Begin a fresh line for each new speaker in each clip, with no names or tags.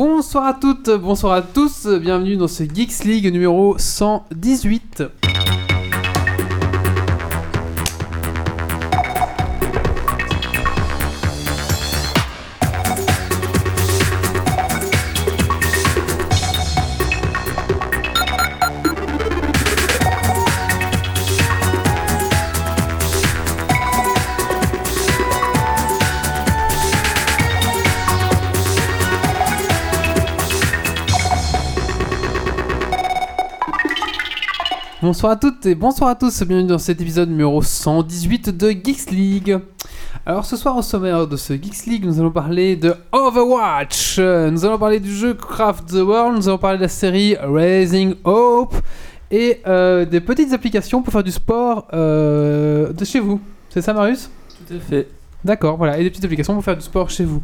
Bonsoir à toutes, bonsoir à tous, bienvenue dans ce Geeks League numéro 118. Bonsoir à toutes et bonsoir à tous, bienvenue dans cet épisode numéro 118 de Geeks League. Alors ce soir au sommaire de ce Geeks League, nous allons parler de Overwatch, Euh, nous allons parler du jeu Craft the World, nous allons parler de la série Raising Hope et euh, des petites applications pour faire du sport euh, de chez vous. C'est ça Marius
Tout à fait.
D'accord, voilà, et des petites applications pour faire du sport chez vous.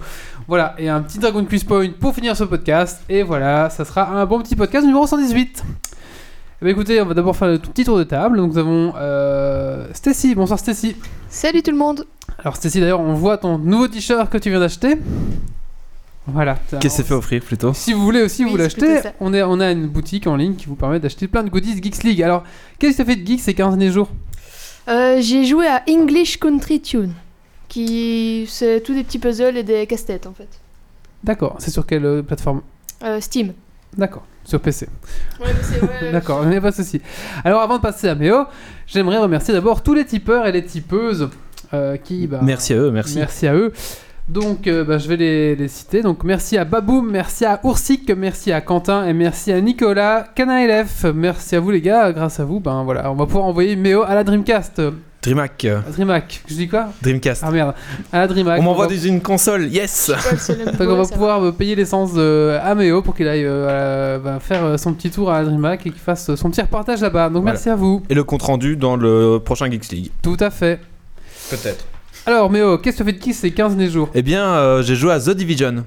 Voilà, et un petit Dragon Quiz Point pour finir ce podcast. Et voilà, ça sera un bon petit podcast numéro 118. Eh bien, écoutez, on va d'abord faire le tout petit tour de table. Donc nous avons euh, Stacy, bonsoir Stacy.
Salut tout le monde
Alors Stacy, d'ailleurs, on voit ton nouveau t-shirt que tu viens d'acheter. Voilà.
Qu'est-ce que fait offrir plutôt
Si vous voulez aussi
Oui,
vous
c'est
l'acheter,
plutôt ça.
on, est- on a une boutique en ligne qui vous permet d'acheter plein de goodies Geeks League. Alors, qu'est-ce que tu as fait de Geeks ces 15 derniers jours
Euh, J'ai joué à English Country Tune, qui c'est tous des petits puzzles et des casse-têtes en fait.
D'accord, c'est sur quelle euh, plateforme
Euh, Steam.
D'accord, sur PC.
Euh, Ouais, c'est
D'accord, mais pas de souci. Alors avant de passer à Méo, j'aimerais remercier d'abord tous les tipeurs et les tipeuses euh, qui... bah,
Merci à eux, merci.
à eux. Donc euh, bah, je vais les, les citer. Donc merci à Baboum, merci à Oursic, merci à Quentin et merci à Nicolas, Cana LF. Merci à vous les gars, grâce à vous, ben voilà, on va pouvoir envoyer Méo à la Dreamcast. euh,
Dreamhack, euh,
à Dreamhack, je dis quoi
Dreamcast.
Ah merde, à la Dreamhack.
On m'envoie
va-
des- une console, yes
donc on va pouvoir euh, payer l'essence euh, à Méo pour qu'il aille euh, à- bah, faire euh, son petit tour à la Dreamhack et qu'il fasse euh, son petit reportage là-bas. Donc
Voilà.
merci à vous.
Et le compte rendu dans le prochain Geeks League.
Tout à fait.
Peut-être.
Alors, Méo, qu'est-ce que tu fais de qui ces 15 derniers jours
Eh bien, euh, j'ai joué à The Division.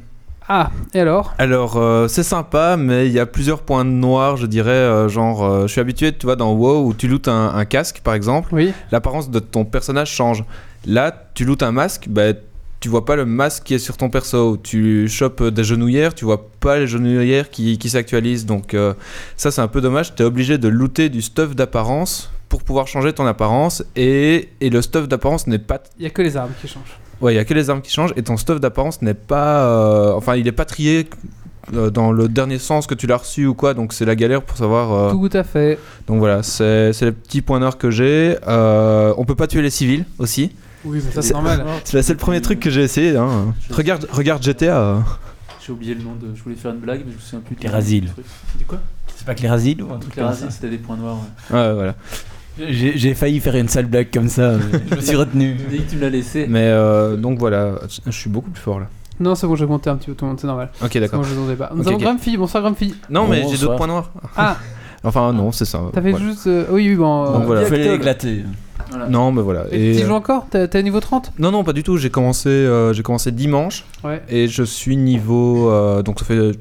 Ah, et alors
Alors, euh, c'est sympa, mais il y a plusieurs points noirs, je dirais. euh, genre, euh, je suis habitué, tu vois, dans WoW, où tu lootes un, un casque, par exemple,
Oui.
l'apparence de ton personnage change. Là, tu lootes un masque, bah, tu vois pas le masque qui est sur ton perso. Tu chopes des genouillères, tu vois pas les genouillères qui, qui s'actualisent. Donc euh, ça, c'est un peu dommage. T'es obligé de looter du stuff d'apparence pour pouvoir changer ton apparence. Et, et le stuff d'apparence n'est pas...
Il y a que les armes qui changent.
Ouais, il y a que les armes qui changent. Et ton stuff d'apparence n'est pas... euh, enfin, il est pas trié euh, dans le dernier sens que tu l'as reçu ou quoi. Donc c'est la galère pour savoir... euh,
Tout à fait.
Donc voilà, c'est c'est le petit point noir que j'ai. Euh, on peut pas tuer les civils aussi.
Oui, mais ça
C'est-
c'est normal.
C'est c'est le premier truc que j'ai essayé. hein. Regarde, regarde GTA. euh.
J'ai oublié le nom de. Je voulais faire une blague, mais je me souviens plus. du
Les Raziles.
truc. Du quoi
C'est pas Clérazil ou un truc
Les
comme ça
Raziles, c'était des points noirs. Ouais.
Ouais, voilà.
J'ai j'ai failli faire une sale blague comme ça, mais je me suis retenu.
Dès que tu me l'as laissé.
Mais euh, donc voilà, je suis beaucoup plus fort là.
Non, c'est bon, j'ai compté un petit peu tout le monde, c'est normal.
Ok, d'accord.
Sinon, je vous en ai pas. Nous
Ok,
avons
ok. Ah,
Grumpy, bonsoir Grumpy.
Non, mais
Bon,
j'ai d'autres
bonsoir.
points noirs.
Ah,
Enfin, non, c'est ça.
t'avais
voilà.
juste. euh, Oui, oui, bon. euh,
Donc voilà.
Je vais l'éclater.
Voilà.
Non, mais voilà.
et
Et, euh,
Tu joues encore T'es t'es à niveau 30
Non, non, pas du tout. J'ai commencé, euh, j'ai commencé dimanche
Ouais.
et je suis niveau. euh, donc ça fait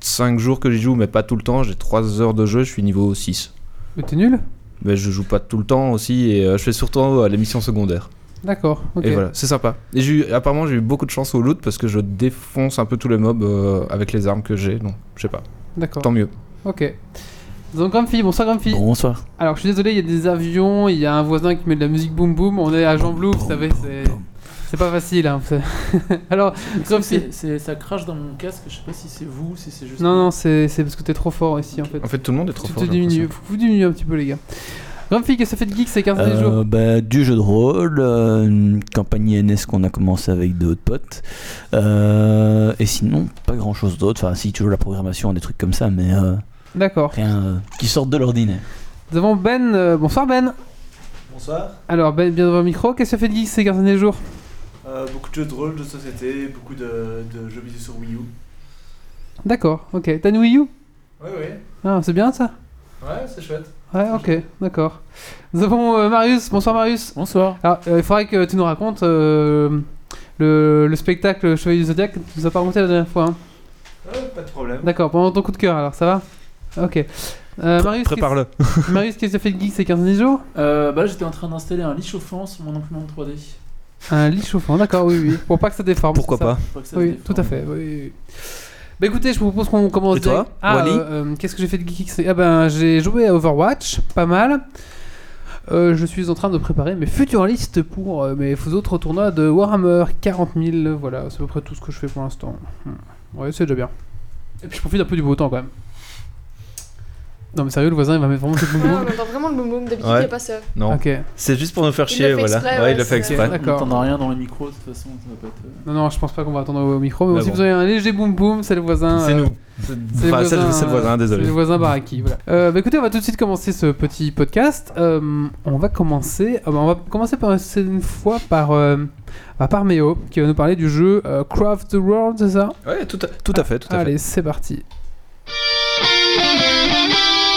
5 jours que j'y joue, mais pas tout le temps. J'ai 3 heures de jeu, je suis niveau 6.
Mais t'es nul
Mais je joue pas tout le temps aussi et euh, je fais surtout euh, les missions secondaires.
D'accord, ok.
Et voilà, c'est sympa. Et j'ai eu- apparemment, j'ai eu beaucoup de chance au loot parce que je défonce un peu tous les mobs euh, avec les armes que j'ai. Donc, je sais pas.
D'accord,
Tant mieux.
ok. Nous avons Grumpy, bonsoir Grumpy.
Bonsoir.
Alors, je suis désolé, il y a des avions, il y a un voisin qui met de la musique boum boum. On est à Jean Blou, vous savez, c'est. C'est pas facile, hein. vous savez. Alors, Grumpy.
C'est- c'est- Ça crache dans mon casque, je sais pas si c'est vous, si c'est juste.
Non,
moi.
non, c'est c'est parce que t'es trop fort ici en fait.
En fait, tout le monde est trop
Tu
fort.
te
j'ai
diminues, faut que vous diminuez un petit peu les gars. Grumpy, qu'est-ce que ça fait de geek ces 15 derniers jours
Euh, bah, du jeu de rôle, euh, une campagne INS qu'on a commencé avec d'autres potes. Euh, et sinon, pas grand chose d'autre. Enfin, si, toujours la programmation, des trucs comme ça, mais euh,
D'accord.
rien euh, qui sorte de l'ordinaire.
Nous avons Ben. euh, bonsoir Ben.
Bonsoir.
Alors Ben, bien devant le micro, qu'est-ce que ça fait de geek ces 15 derniers jours
Euh, beaucoup de jeux de rôle, de société, beaucoup de, de jeux vidéo sur Wii U.
D'accord, ok. T'as une Wii U
Ouais, ouais.
ah, C'est bien ça
Ouais, c'est chouette.
Ouais, ok, d'accord. Nous avons euh, Marius. Bonsoir Marius.
Bonsoir.
Alors, euh, il faudrait que tu nous racontes euh, le, le spectacle Chevalier du Zodiac que tu nous as pas raconté la dernière fois. hein.
Ouais, Euh, pas de problème.
D'accord, pendant ton coup de cœur alors, ça va Ok. Euh,
l'impression.
Marius, qu'est-ce-
Prépare-le.
Marius, qu'est-ce que ça fait de geek ces 15 derniers jours
Euh, bah, j'étais en train d'installer un lit chauffant sur mon imprimante 3D.
Un lit chauffant, d'accord, oui, oui. Pour pas que ça déforme.
Pourquoi
c'est ça
pas
Faut pas que ça se
Oui,
déforme.
tout à fait. oui, oui, oui. Bah écoutez, je vous propose qu'on commence.
Et toi,
direct- Ah,
Wally
euh, euh, Qu'est-ce que j'ai fait de geek Ah ben, j'ai joué à Overwatch, pas mal. Euh, je suis en train de préparer mes futures listes pour euh, mes autres tournois de Warhammer 40 000. Voilà, c'est à peu près tout ce que je fais pour l'instant. Hmm. Ouais, c'est déjà bien. Et puis je profite un peu du beau temps quand même. Non mais sérieux, le voisin il va mettre vraiment cette
on
boum
entend vraiment le boum boum, d'habitude,
Ah, Ouais.
il y a pas ça.
Non,
Ok,
c'est juste pour nous faire
Il
chier,
l'a fait
voilà.
exprès,
ouais, il
ouais,
l'a fait
c'est-
exprès.
D'accord.
T'en as rien dans les micros, de toute façon, ça va pas être. euh,
non, non, je pense pas qu'on va attendre au micro, mais
Bah
si
bon.
vous avez un léger boum boum, c'est le voisin.
C'est
euh,
nous. C'est enfin, c'est le c'est le voisin,
C'est
désolé.
le voisin Baraki, voilà. Euh, bah écoutez, on va tout de suite commencer ce petit podcast. Euh, on va commencer, ah bah on va commencer par une fois par, euh, bah, par Méo, qui va nous parler du jeu euh, Craft the World, c'est ça
Ouais, tout à, tout à fait, tout à fait.
Allez, c'est parti.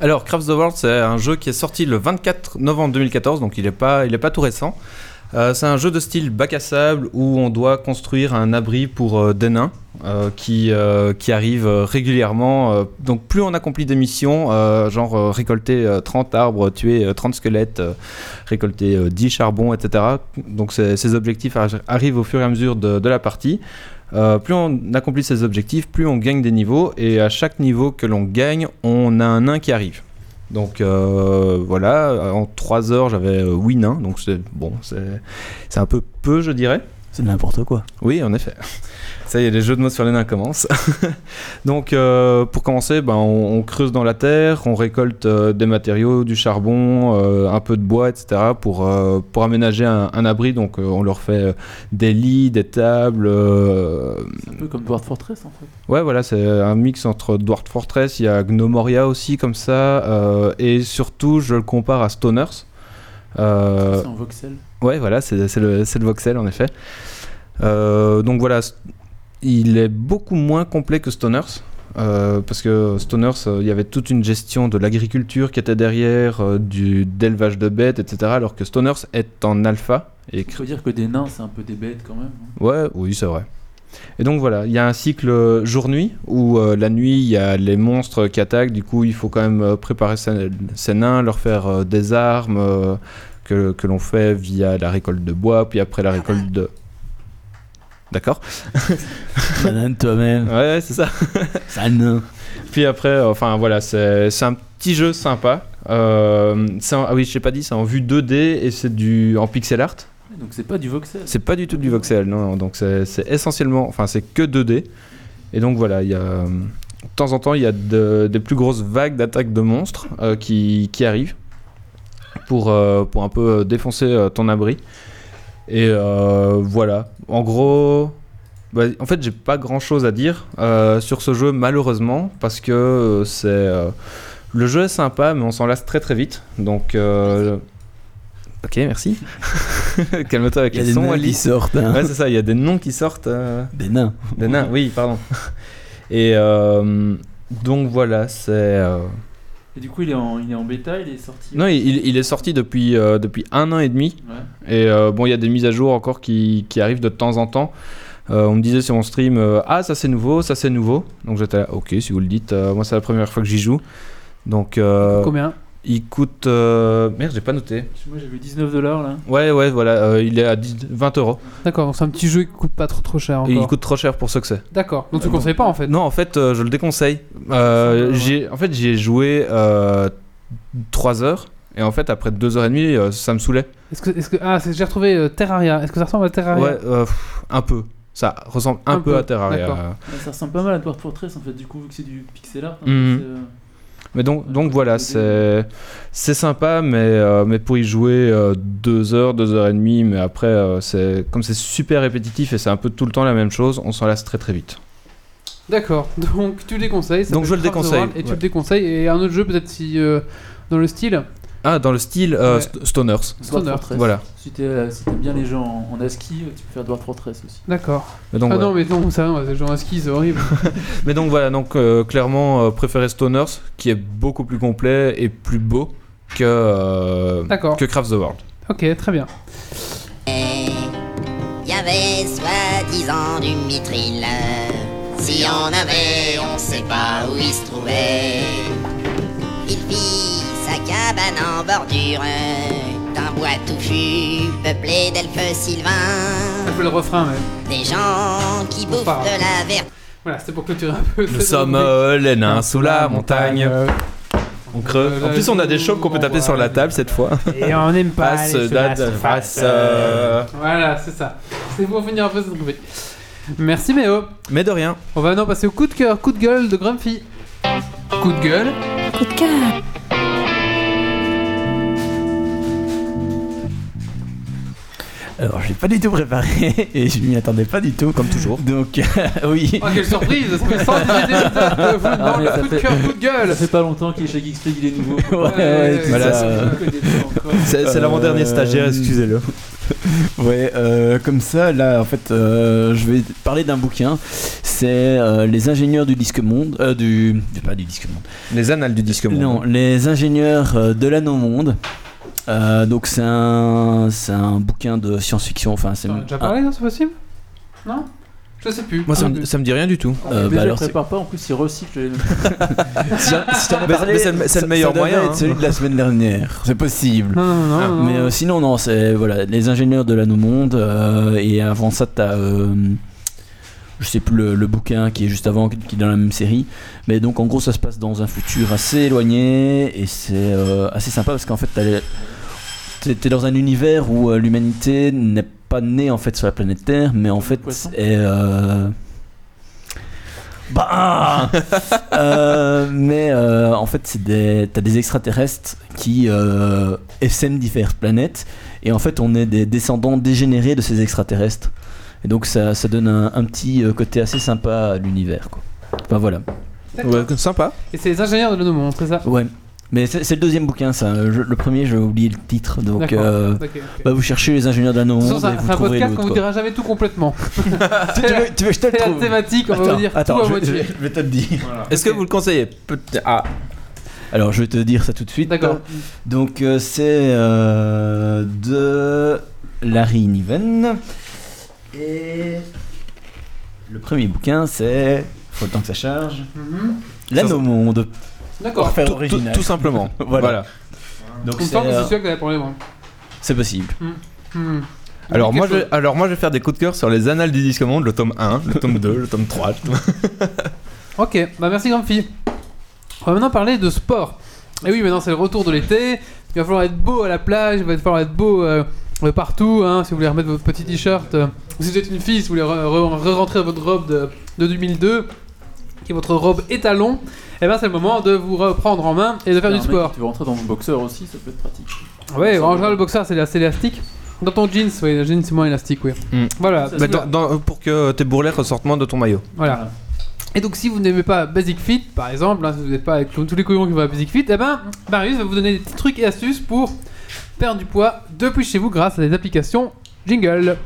Alors, Crafts the World, c'est un jeu qui est sorti le 24 novembre 2014, donc il n'est pas, il est pas tout récent. Euh, c'est un jeu de style bac à sable où on doit construire un abri pour euh, des nains euh, qui, euh, qui arrivent euh, régulièrement. euh, donc, plus on accomplit des missions, euh, genre euh, récolter euh, 30 arbres, tuer euh, 30 squelettes, euh, récolter euh, 10 charbons, etc. Donc, ces ces objectifs arri- arrivent au fur et à mesure de, de la partie. Euh, plus on accomplit ces objectifs, plus on gagne des niveaux, et à chaque niveau que l'on gagne, on a un nain qui arrive. Donc euh, voilà, en 3 heures j'avais 8 nains, donc c'est bon, c'est c'est un peu peu je dirais.
C'est n'importe quoi.
Oui, en effet. Ça y est, les jeux de mots sur les nains commencent. Donc, euh, pour commencer, ben, on, on creuse dans la terre, on récolte euh, des matériaux, du charbon, euh, un peu de bois, etc. pour, euh, pour aménager un, un abri. Donc, euh, on leur fait euh, des lits, des tables, euh,
C'est un peu comme Dwarf Fortress en fait.
Ouais, voilà, c'est un mix entre Dwarf Fortress, il y a Gnomoria aussi, comme ça, euh, et surtout, je le compare à Stoners. Euh,
C'est en voxel.
ouais, voilà, c'est c'est le, c'est le voxel, en effet. Euh, donc voilà, s- il est beaucoup moins complet que Stoners. euh, parce que Stoners, euh, il y avait toute une gestion de l'agriculture qui était derrière, euh, du d'élevage de bêtes, etc. Alors que Stoners est en alpha et
Il faut dire que des nains, c'est un peu des bêtes quand même. hein.
Ouais, oui, c'est vrai. Et donc voilà, il y a un cycle euh, jour-nuit où euh, la nuit, il y a les monstres qui attaquent, du coup, il faut quand même euh, préparer ses, ses nains, leur faire euh, des armes euh, que, que l'on fait via la récolte de bois, puis après la récolte de. D'accord
Banane Bah, toi-même.
Ouais, c'est ça.
Sale nain.
Puis après, euh, enfin voilà, c'est c'est un petit jeu sympa. Euh, c'est en- ah oui, je t'ai pas dit, c'est en vue 2D et c'est du en pixel art.
hein. Donc c'est pas du voxel.
C'est pas du tout du voxel, non, non. donc c'est c'est essentiellement, enfin c'est que 2D. Et donc voilà, il y a, euh, de temps en temps, il y a de- des plus grosses vagues d'attaques de monstres euh, qui, qui arrivent pour, euh, pour un peu euh, défoncer euh, ton abri. Et euh, voilà, en gros, bah, en fait j'ai pas grand chose à dire euh, sur ce jeu malheureusement, parce que euh, c'est... euh, le jeu est sympa, mais on s'en lasse très très vite. Donc... euh, Ok, merci. Calme-toi avec
Il y a
les
des
sons,
nains qui
Alice.
sortent. hein.
Ouais, c'est ça, il y a des noms qui sortent. euh,
Des nains.
des nains, oui, pardon. Et euh, donc voilà, c'est. euh,
Et du coup, il est en, il est en bêta, il est sorti.
Non, il, il est sorti depuis, euh, depuis un an et demi.
Ouais.
Et euh, bon, il y a des mises à jour encore qui, qui arrivent de temps en temps. Euh, on me disait sur mon stream, euh, ah, ça c'est nouveau, ça c'est nouveau. Donc j'étais là, ok, si vous le dites, euh, moi c'est la première fois que j'y joue. Donc euh,
Combien
il coûte. euh, Merde, j'ai pas noté.
Moi, j'ai vu 19 dollars là.
Ouais, ouais, voilà, euh, il est à 10 20 euros.
D'accord, donc c'est un petit jeu qui coûte pas trop trop cher
Et il
encore.
coûte trop cher pour ce que c'est.
D'accord, donc tu le conseilles pas en fait.
Non, en fait, euh, je le déconseille. Euh,
Ouais.
j'ai- en fait, j'y ai joué euh, 3 heures. Et en fait, après 2h30, euh, ça me saoulait.
Est-ce que, est-ce que ah c'est- j'ai retrouvé euh, Terraria. Est-ce que ça ressemble à Terraria
Ouais, euh, pff, un peu. Ça ressemble
Ah,
un,
Un
peu,
peu,
à Terraria.
d'accord.
Ouais, Bah, ça ressemble pas mal à Dwarf Fortress en fait, du coup, vu que c'est du pixel art. hein,
Mhm.
c'est, euh,
Mais donc,
Ouais,
donc
je
voilà,
pense que c'est
c'est c'est sympa, mais, euh, mais pour y jouer 2 heures, 2 heures et demie, mais après, euh, c'est comme c'est super répétitif et c'est un peu tout le temps la même chose, on s'en lasse très très vite.
D'accord, donc tu le déconseilles. ça
Donc je
s'appelle
le
Craft the World,
déconseille,
Et tu
ouais.
le déconseilles. Et un autre jeu peut-être si euh, dans le style.
Ah, dans le style euh,
Ouais.
St- Stoners.
Stoner.
Dwarf Fortress.
Voilà.
Si t'es- euh, si t'aimes bien les jeux en, en ASCII, tu peux faire Dwarf Fortress aussi.
D'accord.
Mais donc,
ah
voilà.
non, mais non, ça va, c'est genre un ski, c'est horrible.
Mais donc voilà, donc euh, clairement euh, préférez Stoners, qui est beaucoup plus complet et plus beau que euh,
D'accord.
que Craft the World.
Ok, très bien.
Il y avait soi-disant du mithril. Si on avait, on sait pas où il se trouvait. Il fit sa cabane en bordure d'un bois touffu peuplé d'elfes
Un
sylvains.
peu le refrain, mais.
Des gens qui bouffent
Pardon.
de la vertu.
Voilà, c'était pour clôturer un peu.
Nous
cette
sommes
rubrique.
euh, les nains sous la montagne.
Euh,
On creuse. En plus, on a des chocs qu'on peut taper sur la table cette fois.
Et on n'aime pas.
Passe,
les
dad,
chevasses
face. euh.
face. Voilà, c'est ça. C'est pour finir un peu cette rubrique. Merci Méo.
Mais de rien.
On va maintenant passer au coup de cœur, coup de gueule de Grumpy. Coup de gueule.
Coup de cœur.
Alors, j'ai pas du tout préparé et je m'y attendais pas du tout. Comme toujours. Donc, oui.
Oh, quelle surprise Ça fait 110 minutes de vous
Ah, mais
demander
ça
coup de
fait-
cœur, coup de gueule.
Ça fait pas longtemps qu'il est chez Geeks League, il est nouveau.
Ouais, ouais, tout
Voilà,
ça,
c'est-
euh,
C'est
c'est l'avant-dernier stagiaire, excusez-le. Ouais, euh, comme ça, là, en fait, euh, je vais parler d'un bouquin. C'est euh, Les ingénieurs du disque monde. euh, du. Pas du disque monde.
Les annales du disque monde.
Non, Les ingénieurs euh, de l'anneau monde. Euh, donc, c'est un, c'est un bouquin de science-fiction. Enfin, c'est.
On en a déjà
ah,
parlé, non C'est possible Non Je sais plus.
Moi, ça,
Ah,
me,
mais-
ça me dit rien du tout.
euh, bah
Déjà, il
alors, c'est-
prépare pas, en plus il recycle les
Si t'en- si t'en as
Mais-
parlé,
mais c'est le- c'est le
ça-
meilleur
ça devait
moyen,
être
hein.
celui de la semaine dernière. C'est possible.
Non, non, non.
Ah,
non,
Mais
non.
euh, sinon, non, c'est voilà, les ingénieurs de l'anneau monde. euh, et avant ça, t'as. euh, je sais plus le, le bouquin qui est juste avant, qui est dans la même série. Mais donc, en gros, ça se passe dans un futur assez éloigné. Et c'est euh, assez sympa parce qu'en fait, t'as les- t'es- t'es dans un univers où euh, l'humanité n'est pas née en fait sur la planète Terre, mais en fait,
Poisson.
est. euh, bah Euh, Mais euh, en fait, c'est des, t'as des extraterrestres qui euh, essaiment diverses planètes, et en fait, on est des descendants dégénérés de ces extraterrestres. Et donc, ça, ça donne un, un petit euh, côté assez sympa à l'univers, quoi. Enfin voilà.
Ouais, sympa.
Et c'est les ingénieurs de l'anneau, c'est ça
Ouais. Mais c'est c'est le deuxième bouquin, ça. Euh, Je- le premier, j'ai oublié le titre, donc.
D'accord.
euh,
Ok, ok.
bah, vous cherchez les ingénieurs d'un nom
De toute façon,
et
c'est
vous
un
trouverez
podcast qu'on vous
l'autre. quoi.
dira jamais tout complètement.
Tu veux, tu veux que je te le
C'est la
trouve
thématique, on va vous dire tout
attends,
à
je,
moitié.
je- je vais te le dire.
Est-ce que vous le conseillez Peut- Ah,
Alors, je vais te dire ça tout de suite.
D'accord.
Donc euh, c'est euh, de Larry Niven. Et le premier bouquin c'est... Faut le temps que ça charge.
Mhm.
L'anneau au monde.
D'accord.
Parfait,
tout,
original.
tout- tout simplement.
Voilà.
voilà.
Donc
Je
c'est,
sens que
euh,
c'est celui qui a parlé, moi.
c'est possible.
Hmm.
Alors moi, je,
Quelque
alors moi je vais faire des coups de cœur sur les annales du disque monde, le tome 1, le tome 2, le tome 3. le tome-
Ok, bah merci Grumpy. On va maintenant parler de sport. Et oui, maintenant c'est le retour de l'été. Il va falloir être beau à la plage, il va falloir être beau euh, euh, partout. hein, si vous voulez remettre votre petit t-shirt, euh, ou si vous êtes une fille, si vous voulez re- re- rentrer votre robe de, de 2002, qui est votre robe étalon, et ben c'est le moment de vous reprendre en main et de faire du sport.
Tu veux rentrer dans le boxeur aussi, ça peut être pratique.
Ouais, en général, le boxeur c'est assez élastique. Dans ton jeans, oui, le jeans c'est moins élastique, oui.
Mm.
Voilà,
Ça,
Bah, dans- dans- pour que tes bourrelets ressortent moins de ton maillot.
voilà. Et donc si vous n'aimez pas Basic Fit, par exemple, hein, si vous n'êtes pas avec tous les couillons qui vont à Basic Fit, eh ben Marius va vous donner des petits trucs et astuces pour perdre du poids depuis chez vous grâce à des applications Jingle.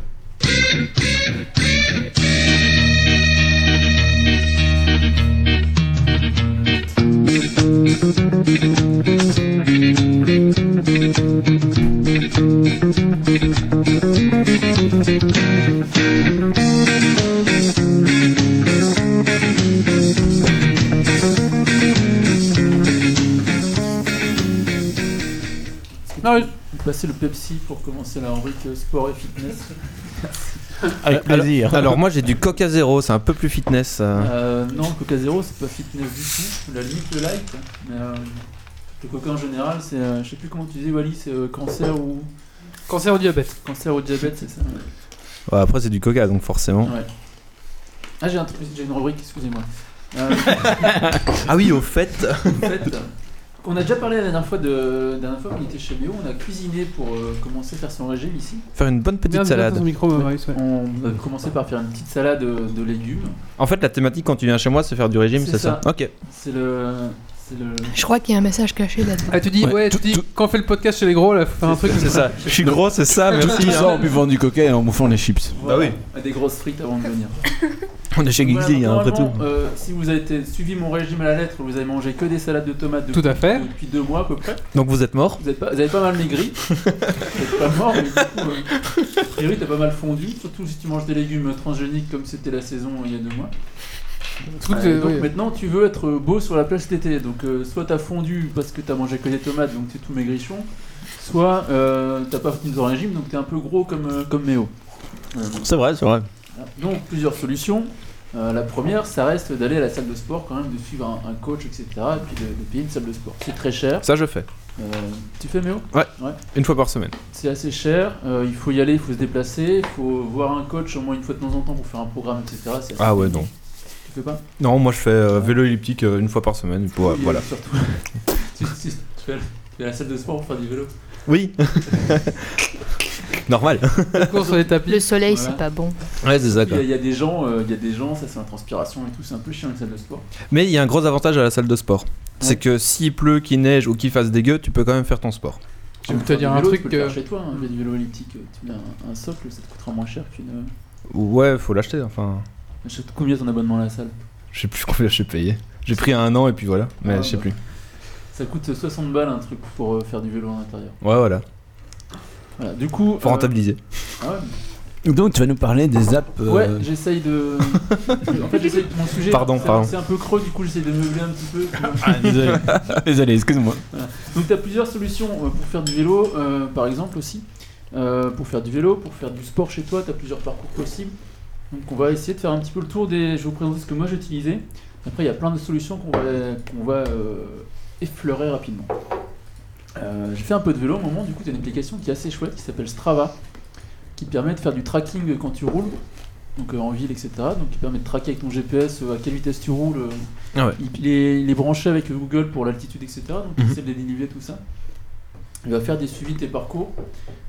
Marius,
Passer le Pepsi pour commencer la rubrique euh, sport et fitness.
Avec
alors-
plaisir.
Alors moi j'ai du Coca Zéro, c'est un peu plus fitness. euh.
Euh, non, le Coca Zero, c'est pas fitness du tout. La limite le light. Mais euh, le Coca en général, c'est. euh, je sais plus comment tu disais, Wally, c'est euh, cancer ou.
cancer au diabète.
Cancer ou diabète, c'est ça ouais.
Ouais, après c'est du Coca donc forcément.
Ouais. Ah, j'ai un truc- j'ai une rubrique, excusez-moi. Euh,
Ah oui au fait.
en fait, on a déjà parlé la dernière fois de. La dernière fois qu'on était chez Léo, on a cuisiné pour euh, commencer à faire son régime ici.
Faire une bonne petite
Bien, bien, son
salade.
micro, Marius, ouais.
On a commencé par faire une petite salade euh, de légumes.
En fait la thématique quand tu viens chez moi c'est faire du régime,
C'est
c'est ça, Ok.
C'est le. c'est C'est le.
Je crois qu'il y a un message caché là-dedans.
Ah, tu dis,
Ouais,
ouais, tu dis, quand on fait le podcast chez les gros, là, faut faire un truc.
C'est ça. Je suis gros, c'est ça. Merci.
Tout ça hein. en buvant du coca et en bouffant les chips.
Voilà.
Bah oui.
À Des grosses frites avant de venir.
On est chez
Voilà,
Geekly, hein, après tout.
normalement, euh, si vous avez été- suivi mon régime à la lettre, vous avez mangé que des salades de tomates de-
Tout à fait.
depuis deux mois à peu près.
Donc vous êtes mort
Vous avez pas, vous avez pas mal maigri. vous êtes pas mort, mais du coup, euh, a priori, t'as pas mal fondu. Surtout si tu manges des légumes transgéniques comme c'était la saison euh, il y a deux mois.
Tout,
Euh,
euh,
donc
oui.
maintenant, tu veux être beau sur la plage cet été. Donc euh, soit t'as fondu parce que t'as mangé que des tomates, donc t'es tout maigrichon. Soit euh, t'as pas fini ton régime, donc t'es un peu gros comme, euh, comme Méo.
C'est vrai, c'est vrai.
Donc plusieurs solutions. Euh, la première, ça reste d'aller à la salle de sport quand même, de suivre un, un coach, etc. Et puis de, de payer une salle de sport. C'est très cher.
Ça, je fais.
Euh, tu fais Méo
Une fois par semaine.
C'est assez cher. Euh, il faut y aller, il faut se déplacer, il faut voir un coach au moins une fois de temps en temps pour faire un programme, etc. C'est assez-
Ah ouais, non.
Tu fais pas
Non, moi je fais euh, vélo elliptique euh, une fois par semaine. pour-
Oui,
voilà.
euh, surtout. tu, tu- tu fais- tu fais la salle de sport pour faire du vélo.
Oui. Normal.
La course sur les tapis.
Le soleil,
Voilà.
c'est pas bon.
Ouais, c'est ça.
Il y, a- il y a des gens, euh, il y a des gens, ça c'est un transpiration et tout, c'est un peu chiant une salle de sport.
Mais il y a un gros avantage à la salle de sport. C'est
Ouais.
que s'il pleut, qu'il neige ou qu'il fasse dégueu, tu peux quand même faire ton sport.
Je vais
peux
te
faire
dire
du
un
vélo,
truc
Tu peux le
que-
faire chez toi, hein, du vélo elliptique. euh, Tu mets un, un socle, ça te coûtera moins cher qu'une.
Ouais, faut l'acheter. Enfin,
euh, je sais pas Combien ton abonnement à la salle
je sais plus combien j'ai payé. J'ai pris un an et puis voilà. Mais je
Ah,
sais
bah.
plus.
Ça coûte 60 balles un truc pour euh, faire du vélo à l'intérieur.
Ouais, voilà.
Voilà, du coup.
Faut
euh,
rentabiliser.
ah ouais,
Donc tu vas nous parler des apps. euh,
Ouais, j'essaye de. en fait, j'essaye. Mon sujet.
Pardon,
c'est-
pardon.
C'est un peu creux, du coup, j'essaye de meubler un petit peu. tu vois.
Ah, désolé. désolé, excuse-moi.
Donc, t'as plusieurs solutions euh, pour faire du vélo, euh, par exemple aussi. Euh, pour faire du vélo, pour faire du sport chez toi, t'as plusieurs parcours possibles. Donc, on va essayer de faire un petit peu le tour des. Je vais vous présenter ce que moi j'ai utilisé. Après, il y a plein de solutions qu'on va, qu'on va euh, effleurer rapidement. Euh, j'ai fait un peu de vélo au moment, du coup, t'as une application qui est assez chouette qui s'appelle Strava, qui permet de faire du tracking quand tu roules. donc euh, en ville, etc. Donc qui permet de traquer avec ton GPS euh, à quelle vitesse tu roules. euh.
Ah ouais.
il, il est, il est branché avec Google pour l'altitude, etc. Donc il
Mhm.
sait les dénivelés, tout ça. Il va faire des suivis de tes parcours.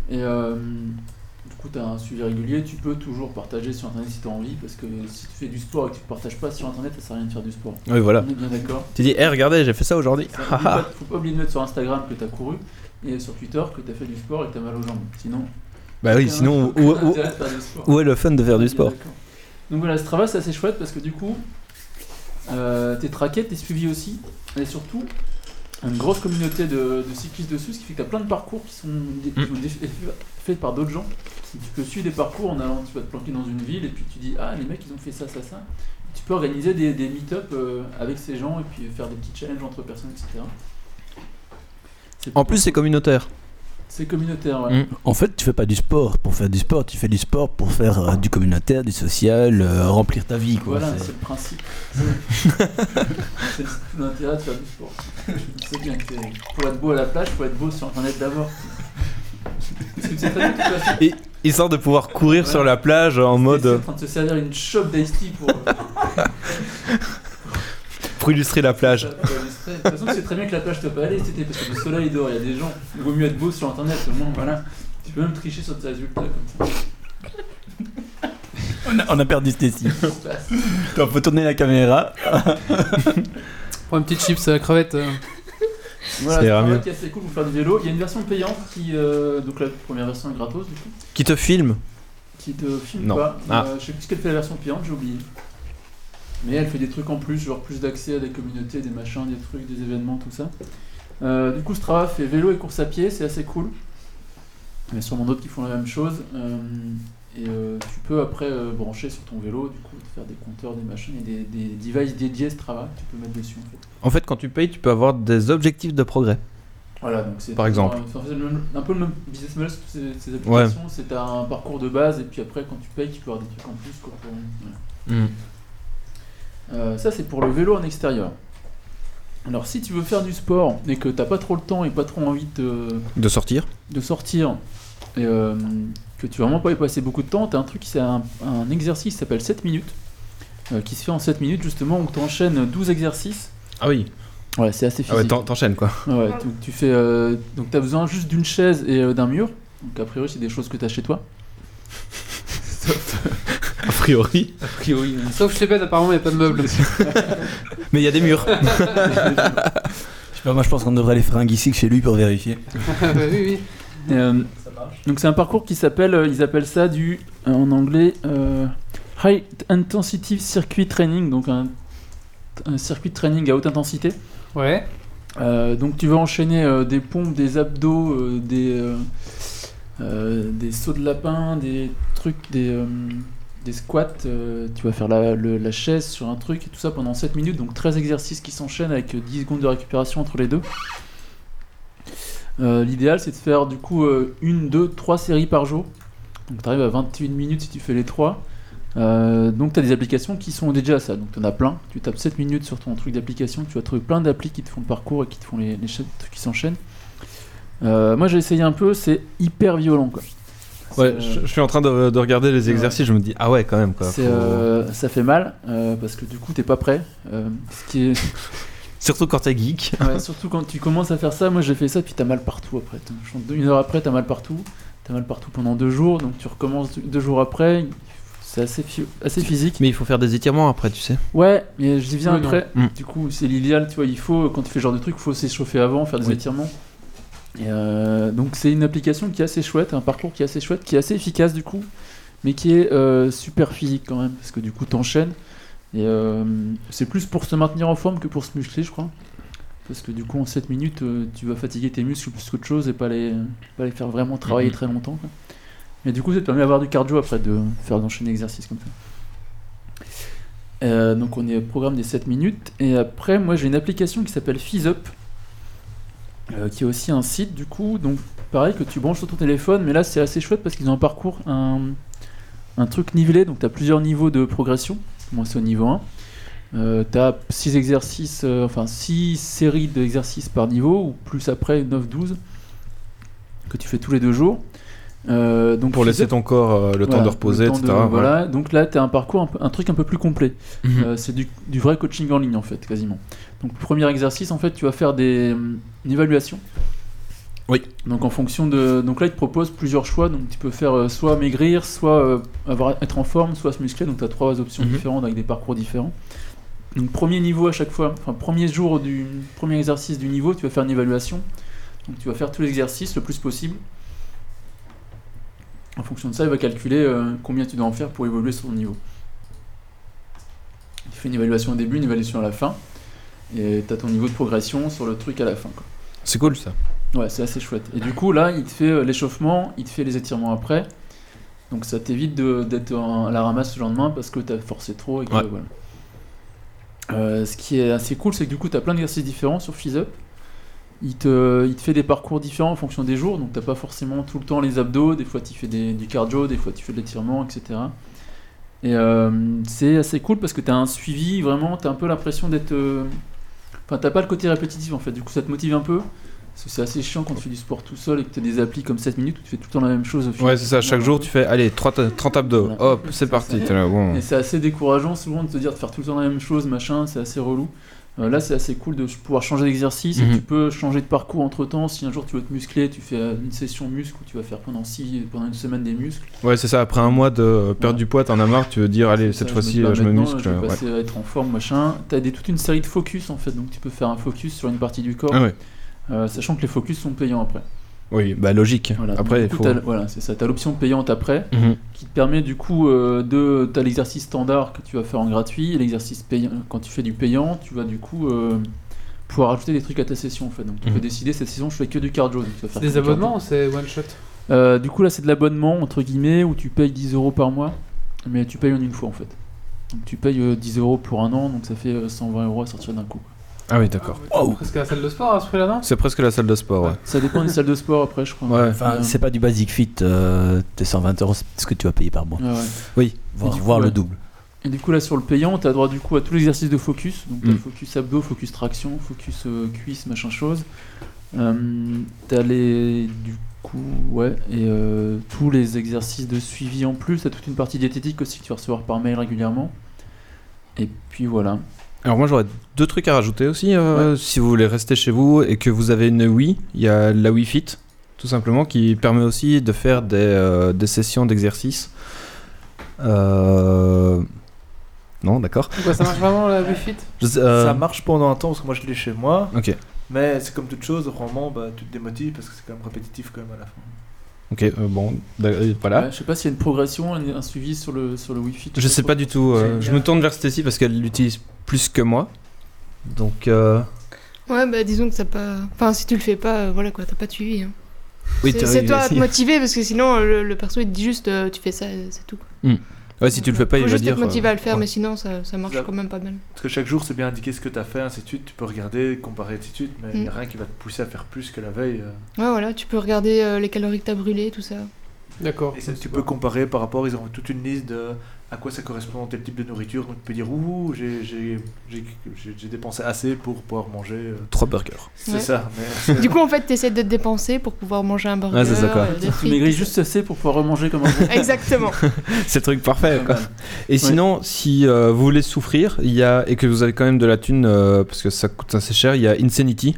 Et euh, du coup, tu as un suivi régulier. Tu peux toujours partager sur Internet si tu as envie, parce que si tu fais du sport et que tu ne partages pas sur Internet, ça sert à rien de faire du sport.
Oui, voilà.
On est bien d'accord.
Tu dis, hé, regardez, j'ai fait ça aujourd'hui. Ah,
Il faut pas oublier de mettre sur Instagram que tu as couru et sur Twitter que tu as fait du sport et que tu as mal aux jambes. Sinon,
bah oui,
aucun-
sinon,
aucun
où, où-
intérêt de faire du sport.
où est le fun de faire du sport
D'accord. Donc voilà, Strava, c'est assez chouette parce que du coup, euh, t'es traqué, t'es suivi aussi, et surtout, une grosse communauté de, de cyclistes dessus, ce qui fait que t'as plein de parcours qui sont, dé- qui sont dé- faits par d'autres gens. Et tu peux suivre des parcours en allant, tu vas te planquer dans une ville, et puis tu dis, ah, les mecs, ils ont fait ça, ça, ça. Tu peux organiser des, des meet-up euh, avec ces gens, et puis faire des petits challenges entre personnes, etc. C'est
En plus, c'est communautaire.
c'est communautaire, ouais.
Mm.
En fait, tu fais pas du sport pour faire du sport, tu fais du sport pour faire euh, du communautaire, du social, euh, remplir ta vie quoi.
Voilà,
C'est-
c'est le principe. c'est tout l'intérêt de faire du sport. Je sais bien que pour être beau à la plage, faut être beau sur internet d'abord. Parce que tu sais très bien que tu vas sur-
Histoire de pouvoir courir
Ouais.
sur la plage en
t'es en
mode
train de se servir une chope d'ice tea pour. euh,
pour illustrer la plage.
pour illustrer. De toute façon, tu sais très bien que la plage t'a pas allé cet été parce que le soleil dehors, il y a des gens. Il vaut mieux être beau sur internet, au moins, voilà. Tu peux même tricher sur tes résultats comme ça.
On, a, on a perdu Stacy.
Ça se passe.
On peut tourner la caméra.
euh, Prends une petite chips à la crevette. euh.
Voilà,
ira
c'est un
mieux.
qui est assez cool pour faire du vélo. Il y a une version payante qui. euh, donc la première version est gratos du coup.
Qui te filme
qui te filme
Non.
pas.
Ah.
Euh, je sais plus ce qu'elle fait la version payante, j'ai oublié. Mais elle fait des trucs en plus, genre plus d'accès à des communautés, des machins, des trucs, des événements, tout ça. Euh, du coup, Strava fait vélo et course à pied, c'est assez cool. Il y a sûrement d'autres qui font la même chose. Euh, et euh, tu peux après euh, brancher sur ton vélo, du coup, faire des compteurs, des machines et des, des devices dédiés Strava que tu peux mettre dessus en fait.
En fait, quand tu payes, tu peux avoir des objectifs de progrès.
Voilà, donc c'est
Par
toujours,
exemple.
euh, enfin, c'est le même- un peu le même business model sur ces, ces applications. C'est t'as un parcours de base et puis après, quand tu payes, tu peux avoir des trucs en plus. Quoi, pour- voilà.
Hmm.
Euh, ça, c'est pour le vélo en extérieur. Alors, si tu veux faire du sport et que t'as pas trop le temps et pas trop envie de,
De sortir.
de sortir, et euh, que tu veux vraiment pas y passer beaucoup de temps, t'as un truc, c'est un, un exercice qui s'appelle 7 minutes, euh, qui se fait en 7 minutes justement, où t'enchaînes 12 exercices.
Ah oui.
Ouais, c'est assez
Ah ouais,
physique.
t'en- t'enchaînes quoi.
Ah ouais, donc tu fais, euh, donc t'as besoin juste d'une chaise et euh, d'un mur. Donc a priori c'est des choses que t'as chez toi. Sauf,
a priori.
A priori, hein.
Sauf chez Bed, apparemment, il n'y a pas de meubles.
Mais il y a des murs.
Je sais pas, moi je pense qu'on devrait aller faire un geeksig chez lui pour vérifier.
Ah bah oui, oui.
Euh, donc c'est un parcours qui s'appelle, euh, ils appellent ça du, euh, en anglais, euh, High Intensity Circuit Training, donc un, un circuit de training à haute intensité.
Ouais.
Euh, donc tu vas enchaîner euh, des pompes, des abdos, euh, des, euh, euh, des sauts de lapin, des trucs, des, euh, des squats. euh, tu vas faire la, le- la chaise sur un truc et tout ça pendant 7 minutes. Donc 13 exercices qui s'enchaînent avec euh, 10 secondes de récupération entre les deux. Euh, L'idéal c'est de faire du coup euh, une, deux, trois séries par jour. Donc tu arrives à 21 minutes si tu fais les trois. Euh, donc tu as des applications qui sont déjà à ça, donc tu en as plein. Tu tapes 7 minutes sur ton truc d'application, tu vas trouver plein d'applis qui te font le parcours et qui te font les, les cha- trucs qui s'enchaînent. Euh, moi j'ai essayé un peu, c'est hyper violent quoi.
Ouais,
C'est,
je, je suis en train de, de regarder les exercices, je me dis, ah ouais, quand même quoi.
c'est,
Faut-
euh, ça fait mal euh, parce que du coup t'es pas prêt. Euh, ce qui est,
Surtout quand t'es geek.
Ouais, surtout quand tu commences à faire ça, moi j'ai fait ça, puis t'as mal partout après. T'as- je chante Une heure après, t'as mal partout. T'as mal partout pendant deux jours, donc tu recommences deux jours après. C'est assez, phy- assez physique.
Mais il faut faire des étirements après, tu sais.
Ouais, mais j'y viens
Oui, non.
après.
Mm.
Du coup, c'est l'idéal, tu vois. Il faut, quand tu fais ce genre de truc, il faut s'échauffer avant, faire des
Oui.
étirements. Et euh, donc, c'est une application qui est assez chouette, un parcours qui est assez chouette, qui est assez efficace du coup, mais qui est euh, super physique quand même, parce que du coup, t'enchaînes. Et euh, c'est plus pour se maintenir en forme que pour se muscler, je crois. Parce que du coup, en 7 minutes, euh, tu vas fatiguer tes muscles plus qu'autre chose et pas les, pas les faire vraiment travailler très longtemps. quoi. Mais du coup, ça te permet d'avoir du cardio après, de faire d'enchaîner l'exercice comme ça. Euh, donc on est au programme des 7 minutes. Et après, moi j'ai une application qui s'appelle FizzUp, euh, qui est aussi un site du coup. Donc pareil que tu branches sur ton téléphone, mais là c'est assez chouette parce qu'ils ont un parcours, un, un truc nivelé. Donc tu as plusieurs niveaux de progression. Moi c'est au niveau 1. tu as 6 exercices, euh, enfin 6 séries d'exercices par niveau, ou plus après 9-12, que tu fais tous les deux jours. Euh, donc
Pour laisser
FizzUp,
ton corps euh, le temps
voilà,
de reposer,
le temps
etc.
de-
ouais.
voilà. Donc là, tu as un parcours, un peu- un truc un peu plus complet.
Mhm.
Euh, c'est du, du vrai coaching en ligne en fait, quasiment. Donc premier exercice, en fait, tu vas faire des, hum, une évaluation.
Oui.
Donc en fonction de, donc là, il te propose plusieurs choix. Donc tu peux faire euh, soit maigrir, soit euh, avoir, être en forme, soit se muscler. Donc tu as trois options
Mhm.
différentes avec des parcours différents. Donc premier niveau à chaque fois, enfin premier jour du premier exercice du niveau, tu vas faire une évaluation. Donc tu vas faire tout l'exercice le plus possible. En fonction de ça, il va calculer euh, combien tu dois en faire pour évoluer sur ton niveau. Il fait une évaluation au début, une évaluation à la fin. Et t'as ton niveau de progression sur le truc à la fin. quoi.
C'est cool ça.
Ouais, c'est assez chouette. Et du coup, là, il te fait euh, l'échauffement, il te fait les étirements après. Donc ça t'évite de- d'être en- à la ramasse le lendemain parce que t'as forcé trop. Et que,
Ouais.
voilà. Euh, ce qui est assez cool, c'est que du coup, t'as plein d'exercices différents sur FizzUp. Il te, il te fait des parcours différents en fonction des jours, donc t'as pas forcément tout le temps les abdos. Des fois, tu fais des- du cardio, des fois, tu fais de l'étirement, etc. Et euh, c'est assez cool parce que t'as un suivi, vraiment, t'as un peu l'impression d'être. euh, Enfin, t'as pas le côté répétitif en fait, du coup, ça te motive un peu. Parce que c'est assez chiant quand tu fais du sport tout seul et que t'as des applis comme 7 minutes où tu fais tout le temps la même chose. au final.
Ouais, c'est ça. Chaque jour, tu fais, allez, 30, 30 abdos.
Voilà.
Hop, c'est parti. T'es là, bon.
Et c'est assez décourageant souvent de te dire de faire tout le temps la même chose, machin, c'est assez relou. Euh, là, c'est assez cool de ch- pouvoir changer d'exercice et
Mhm.
tu peux changer de parcours entre temps. Si un jour tu veux te muscler, tu fais euh, une session muscle où tu vas faire pendant, six, pendant une semaine des muscles.
Ouais, c'est ça. Après un mois de euh, perdre du poids, t'en as marre, tu veux dire, allez, cette
Ça,
fois-ci,
me bats
euh, je me
maintenant,
muscle.
Je vais
ouais.
passer à être en forme, machin. T'as des, toute une série de focus en fait, donc tu peux faire un focus sur une partie du corps,
Ah ouais.
euh, sachant que les focus sont payants après.
Oui, bah logique.
Voilà.
Après,
Donc,
il
du
faut.
coup, t'as- Voilà, c'est ça. T'as l'option payante après.
Mhm.
qui te permet du coup euh, de t'as l'exercice standard que tu vas faire en gratuit et l'exercice payant quand tu fais du payant tu vas du coup euh, pouvoir ajouter des trucs à ta session en fait donc tu
Mhm.
peux décider cette session je fais que du cardio donc tu vas faire
C'est des
que du cardio.
abonnements ou c'est one shot
Euh, du coup là c'est de l'abonnement entre guillemets où tu payes 10 euros par mois mais tu payes en une fois en fait donc tu payes euh, 10 euros pour un an donc ça fait euh, 120 euros à sortir d'un coup
Ah oui, d'accord.
Ah, mais
Wow.
t'es Presque à la salle de sport à ce prix-là, non
C'est presque la salle de sport, ouais.
ça dépend des salles de sport après je crois
Ouais.
Enfin, c'est pas du basic fit, euh, tes 120 euros, c'est ce que tu vas payer par mois.
Mm.
Ouais, ouais.
Oui,
Et
voire,
du coup,
voire
ouais.
le double.
Et du coup, là sur le payant, tu as droit du coup à tout l'exercice de focus. Donc, t'as
Mm.
focus abdos, focus traction, focus euh, cuisse, machin chose. Euh, t'as les. Du coup, ouais. Et euh, tous les exercices de suivi en plus. T'as toute une partie diététique aussi que tu vas recevoir par mail régulièrement. Et puis voilà.
Alors moi j'aurais deux trucs à rajouter aussi. euh, Si vous voulez rester chez vous et que vous avez une Wii, il y a la Wii Fit, tout simplement, qui permet aussi de faire des, euh, des sessions d'exercice. Euh... Non, d'accord.
Quoi, ça marche vraiment la Wi-Fi
Je sais- euh,
Ça marche pendant un temps parce que moi je l'ai chez moi.
Ok,
Mais c'est comme toute chose, vraiment, bah, tu te démotives parce que c'est quand même répétitif quand même à la fin.
ok, euh, bon, d'a- euh, voilà.
Ouais, je sais pas s'il y a une progression, un, un suivi sur le, sur le Wi-Fi.
Je sais pas du tout. euh, je me tourne vers Stacy parce qu'elle l'utilise plus que moi. Donc, euh,
Ouais, bah disons que t'as pas. Enfin, si tu le fais pas, euh, voilà quoi, t'as pas de suivi. hein.
oui,
c'est
t'as-
c'est toi à te
si.
motiver parce que sinon euh, le, le perso il te dit juste euh, tu fais ça, euh, c'est tout. quoi.
Ouais, si tu le fais pas,
Faut
il va
juste
dire.
être motivé
euh,
à le faire,
ouais.
mais sinon ça, ça marche
Ça-
quand même pas mal.
Parce que chaque jour c'est bien indiqué ce que tu as fait, ainsi de suite. Tu peux regarder, comparer, ainsi de suite, mais il n'y a rien qui va te pousser à faire plus que la veille. euh.
Ouais, voilà, tu peux regarder euh, les calories que t'as brûlées, tout ça.
D'accord.
Et ça, tu peux comparer par rapport, ils ont toute une liste de à quoi ça correspond tel type de nourriture. Donc tu peux dire, ouh, j'ai- j'ai j'ai- j'ai- j'ai dépensé assez pour pouvoir manger. euh.
Trois burgers.
C'est
Ouais.
ça, mais
Du coup, en fait, t'essaies de te dépenser pour pouvoir manger un burger.
Ouais, c'est ça, quoi.
euh, des
Tu
frites.
maigris juste assez pour pouvoir remanger comme un gros.
Exactement.
C'est le truc parfait.
Ouais,
Quoi. Et sinon, si euh, vous voulez souffrir, il y a et que vous avez quand même de la thune euh, parce que ça coûte assez cher, il y a Insanity.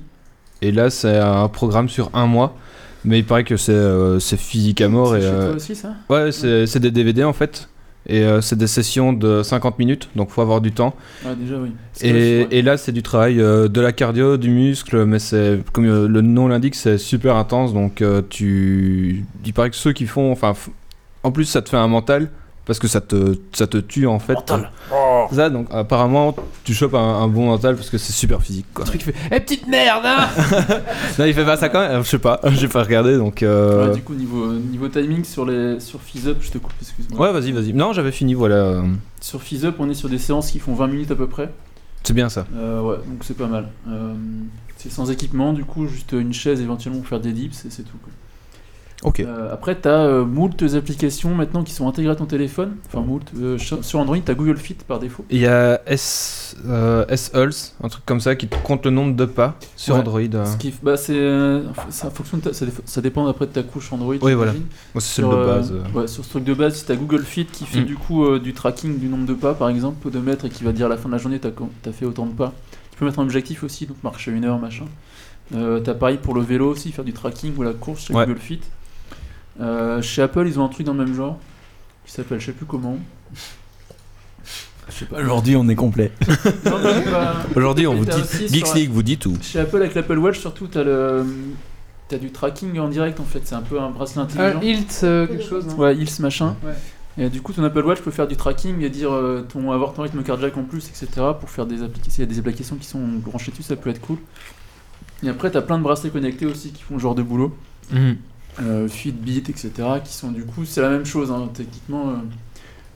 Et là, c'est un programme sur un mois, mais il paraît que c'est euh, c'est physique à mort
C'est
et
chez
euh,
toi aussi, ça
ouais, c'est c'est des DVD en fait. Et euh, c'est des sessions de 50 minutes, donc faut avoir du temps.
Ah, déjà, oui. Parce que
Et,
là,
et là, c'est du travail euh, de la cardio, du muscle, mais c'est comme euh, le nom l'indique, c'est super intense. Donc, euh, tu, il paraît que ceux qui font, enfin, f- en plus, ça te fait un mental parce que ça te, ça te tue en fait.
Oh.
Ça, donc apparemment, tu chopes un, un bon mental parce que c'est super physique. Quoi.
Le truc qui fait Eh petite merde, hein
Non, il fait pas ça quand même. Je sais pas, j'ai pas regardé. Donc,
c'est-
euh,
ouais, du coup, niveau, euh, niveau timing sur, les, sur Fizz Up, je te coupe, excuse-moi.
ouais, vas-y, vas-y. Non, j'avais fini. Voilà, euh,
Sur Fizz Up, on est sur des séances qui font 20 minutes à peu près.
c'est bien ça.
Euh, ouais, donc c'est pas mal. Euh, c'est sans équipement, du coup, juste une chaise éventuellement pour faire des dips et c'est tout. quoi.
Ok.
Euh, après, t'as euh, moult applications maintenant qui sont intégrées à ton téléphone. Enfin, moult. euh, ch- sur Android, t'as Google Fit par défaut.
Il y a S, euh, S Hulse, un truc comme ça qui te compte le nombre de pas sur
Ouais.
Android. euh.
Ce qui, bah, c'est, euh, ça, fonctionne, ta- ça, dé- ça dépend après de ta couche Android.
Oui, voilà.
j'imagine.
Moi, c'est celle
Sur,
de
euh,
base. euh.
ouais, sur ce truc de base, si t'as Google Fit qui fait
Mm.
du coup euh, du tracking du nombre de pas, par exemple, de mètres, et qui va dire à la fin de la journée, t'as com- t'as fait autant de pas. Tu peux mettre un objectif aussi, donc marcher une heure, machin. Euh, t'as pareil pour le vélo aussi, faire du tracking ou la course chez
Ouais.
Google Fit. Euh, chez Apple, ils ont un truc dans le même genre qui s'appelle, je sais plus comment. Je sais pas.
Aujourd'hui, on est complet.
Non, mais c'est pas-
Aujourd'hui, on
Et
vous
t'as
dit
aussi
Geeks
sur-
League vous dit tout.
Chez Apple avec l'Apple Watch surtout t'as le t'as du tracking en direct en fait c'est un peu un bracelet intelligent.
Un hilt, euh, quelque chose, non
Ouais Hills machin.
Ouais.
Et euh, du coup ton Apple Watch peut faire du tracking et dire euh, ton avoir ton rythme cardiaque en plus etc pour faire des applications. Il y a des applications qui sont branchées dessus ça peut être cool. Et après t'as plein de bracelets connectés aussi qui font ce genre de boulot.
Mhm.
Euh, Fitbit etc qui sont du coup c'est la même chose hein, techniquement. euh,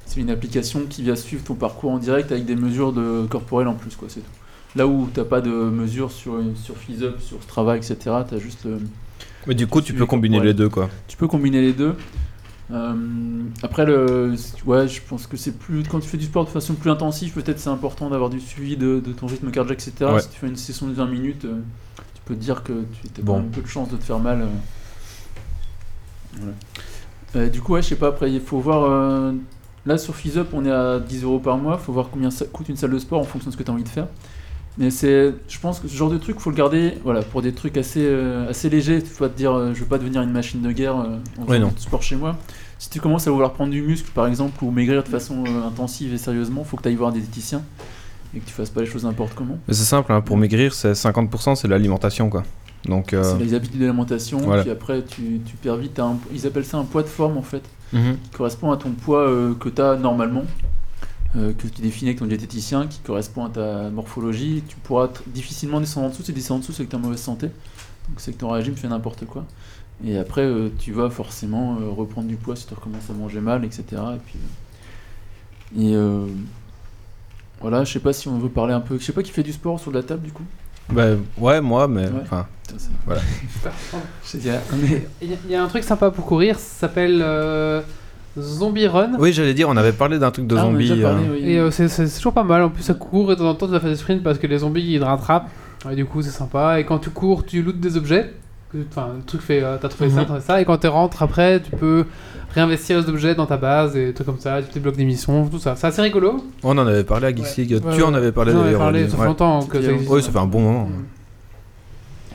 c'est une application qui vient suivre ton parcours en direct avec des mesures de corporelles en plus quoi c'est tout. Là où t'as pas de mesures sur, sur FizzUp, sur Strava, etc., t'as juste. euh,
Mais du coup, tu peux combiner
Ouais.
les deux, quoi.
tu peux combiner les deux. Euh, après, le, ouais, je pense que c'est plus. Quand tu fais du sport de façon plus intensive, peut-être c'est important d'avoir du suivi de, de ton rythme cardiaque, etc.
Ouais.
Si tu fais une session de 20 minutes, euh, tu peux te dire que tu as
Bon.
quand même peu de chance de te faire mal. euh. Voilà. Euh, du coup, ouais, je sais pas, après, il faut voir. euh, là, sur FizzUp, on est à 10 euros par mois. faut voir combien ça coûte une salle de sport en fonction de ce que tu as envie de faire. Mais c'est, je pense que ce genre de truc, faut le garder voilà, pour des trucs assez, euh, assez légers. Tu vas te dire, euh, je veux pas devenir une machine de guerre euh, en
Ouais,
faisant
non.
du sport chez moi. Si tu commences à vouloir prendre du muscle, par exemple, ou maigrir de façon euh, intensive et sérieusement, faut que tu ailles voir un diététicien et que tu fasses pas les choses n'importe comment.
Mais c'est simple, hein, pour maigrir, c'est 50%, c'est de l'alimentation, quoi. Donc, euh,
C'est les habitudes d'alimentation,
Voilà.
puis après, tu, tu perds vite. à un- ils appellent ça un poids de forme en fait.
mhm.
qui correspond à ton poids euh, que tu as normalement, euh, que tu définis avec ton diététicien, qui correspond à ta morphologie. Tu pourras tr- difficilement descendre en dessous. Si tu descends en dessous, c'est que tu es en mauvaise santé. Donc c'est que ton régime fait n'importe quoi. Et après, euh, tu vas forcément euh, reprendre du poids si tu recommences à manger mal, etc. Et puis. euh, et. euh, voilà, je sais pas si on veut parler un peu. Je sais pas qui fait du sport sur de la table du coup.
Bah, ouais, moi, mais.
Ouais.
enfin,
Putain, ça-
Voilà.
Je sais pas.
Il y a- il y, a un truc sympa pour courir, ça s'appelle euh, Zombie Run.
Oui, j'allais dire, on avait parlé d'un truc de
Ah, on en a
zombie.
déjà parlé,
euh,
oui.
Et euh, c'est c'est- c'est toujours pas mal, en plus ça court et de temps en temps tu vas faire des sprints parce que les zombies ils te rattrapent. Et du coup c'est sympa. Et quand tu cours, tu lootes des objets. Enfin, le truc fait, euh, t'as trouvé ça,
Mhm.
t'as trouvé ça. Et quand tu rentres après, tu peux réinvestir les objets dans ta base et des trucs comme ça, tu te blocs des missions, tout ça. C'est assez rigolo.
On en avait parlé à Geeks
Ouais.
League.
Ouais,
tu en
ouais.
avais parlé
J'en avais
d'ailleurs.
parlé,
Olivier.
ça fait longtemps que ça
C'était il y a
existe.
Ouais. Ouais, ça fait un bon moment.
Mhm.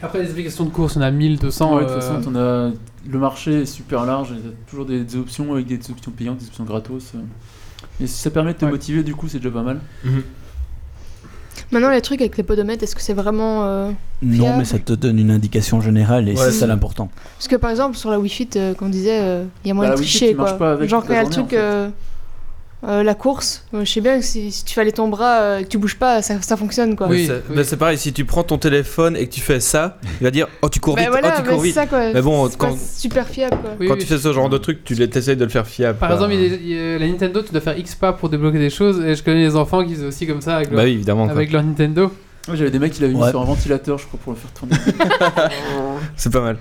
Après les applications de course, on a 1200.
Ouais, de toute
euh,
façon, on a... le marché est super large, il y a toujours des, des options avec des options payantes, des options gratos. euh. Et si ça permet de te
Ouais.
motiver, du coup, c'est déjà pas mal.
Maintenant, les trucs avec les podomètres, est-ce que c'est vraiment. euh,
Non,
Fiable.
mais ça te donne une indication générale et
Ouais,
c'est
c'est-
ça l'important.
Parce que par exemple, sur la Wi-Fi, euh, qu'on disait, euh, il y a moyen
Bah,
de
la Wi-Fi,
tricher
tu marches
quoi.
pas avec
Genre,
toute
quand il y
la
a le
journée,
truc.
en fait.
euh, euh, la course, euh, je sais bien que si, si tu fais aller ton bras, euh, et que tu bouges pas, ça, ça fonctionne quoi.
Oui,
Mais c'est mais c'est pareil, si tu prends ton téléphone et que tu fais ça, il va dire Oh, tu cours
Bah
vite,
voilà,
oh, tu
bah,
cours
c'est
vite.
ça quoi.
Mais bon,
c'est
quand,
pas super fiable quoi.
oui,
quand
oui.
tu fais bah, ce genre de truc, tu essayes de le faire fiable.
Par
quoi.
exemple, il y a- il y a- la Nintendo, tu dois faire X pas pour débloquer des choses. Et je connais les enfants qui faisaient aussi comme ça avec, leur,
Bah oui, évidemment. quoi.
avec leur Nintendo.
Moi, j'avais des mecs qui l'avaient mis
Ouais.
sur un ventilateur, je crois, pour le faire tourner.
C'est pas mal.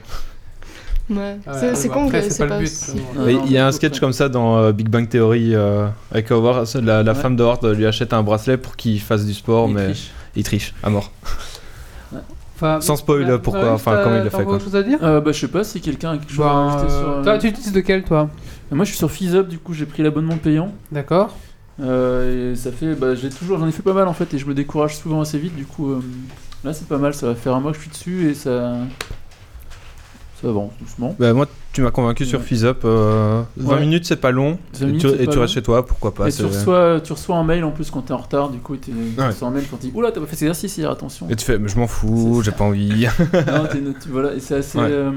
Ouais.
Ouais,
c'est
bon,
c'est con
après,
que
c'est pas le but. euh,
si-
vraiment.
Non,
Mais
Ah non,
il y a un
c'est
sketch
autre
comme ça dans euh, Big Bang Theory euh, avec Howard. La, la
Ouais.
femme de Howard lui achète un bracelet pour qu'il fasse du sport,
Il
mais
triche. Ah
il triche à mort.
Enfin,
Sans spoil,
bah,
pourquoi,
Marius,
enfin,
t'as-
comment il
t'as
le fait,
encore
quoi.
autre chose à dire
Euh, bah, je sais pas si quelqu'un a quelque chose à
Ben,
rajouter sur, euh,
Toi, tu utilises lequel, toi
Moi, je suis sur FizzUp, du coup, j'ai pris l'abonnement payant.
D'accord.
Euh, et ça fait, bah, j'ai toujours, j'en ai fait pas mal en fait, et je me décourage souvent assez vite. Du coup, euh, là, c'est pas mal. Ça va faire un mois que je suis dessus et ça, ça avance doucement.
Bah, moi, tu m'as convaincu sur
Ouais.
FizzUp. euh, 20
Ouais.
minutes, c'est pas long.
20
Et
minutes,
tu,
c'est
et
pas
tu restes
long.
chez toi, pourquoi pas.
et tu
c'est-
reçois, tu reçois un mail en plus quand t'es en retard. Du coup, t'es,
Ouais.
tu reçois un mail quand tu dis, oula, t'as pas fait cet exercice hier, attention.
Et tu fais, mais je m'en fous,
C'est
j'ai pas envie.
Non, t'es une- tu- voilà, et c'est assez.
Ouais.
euh,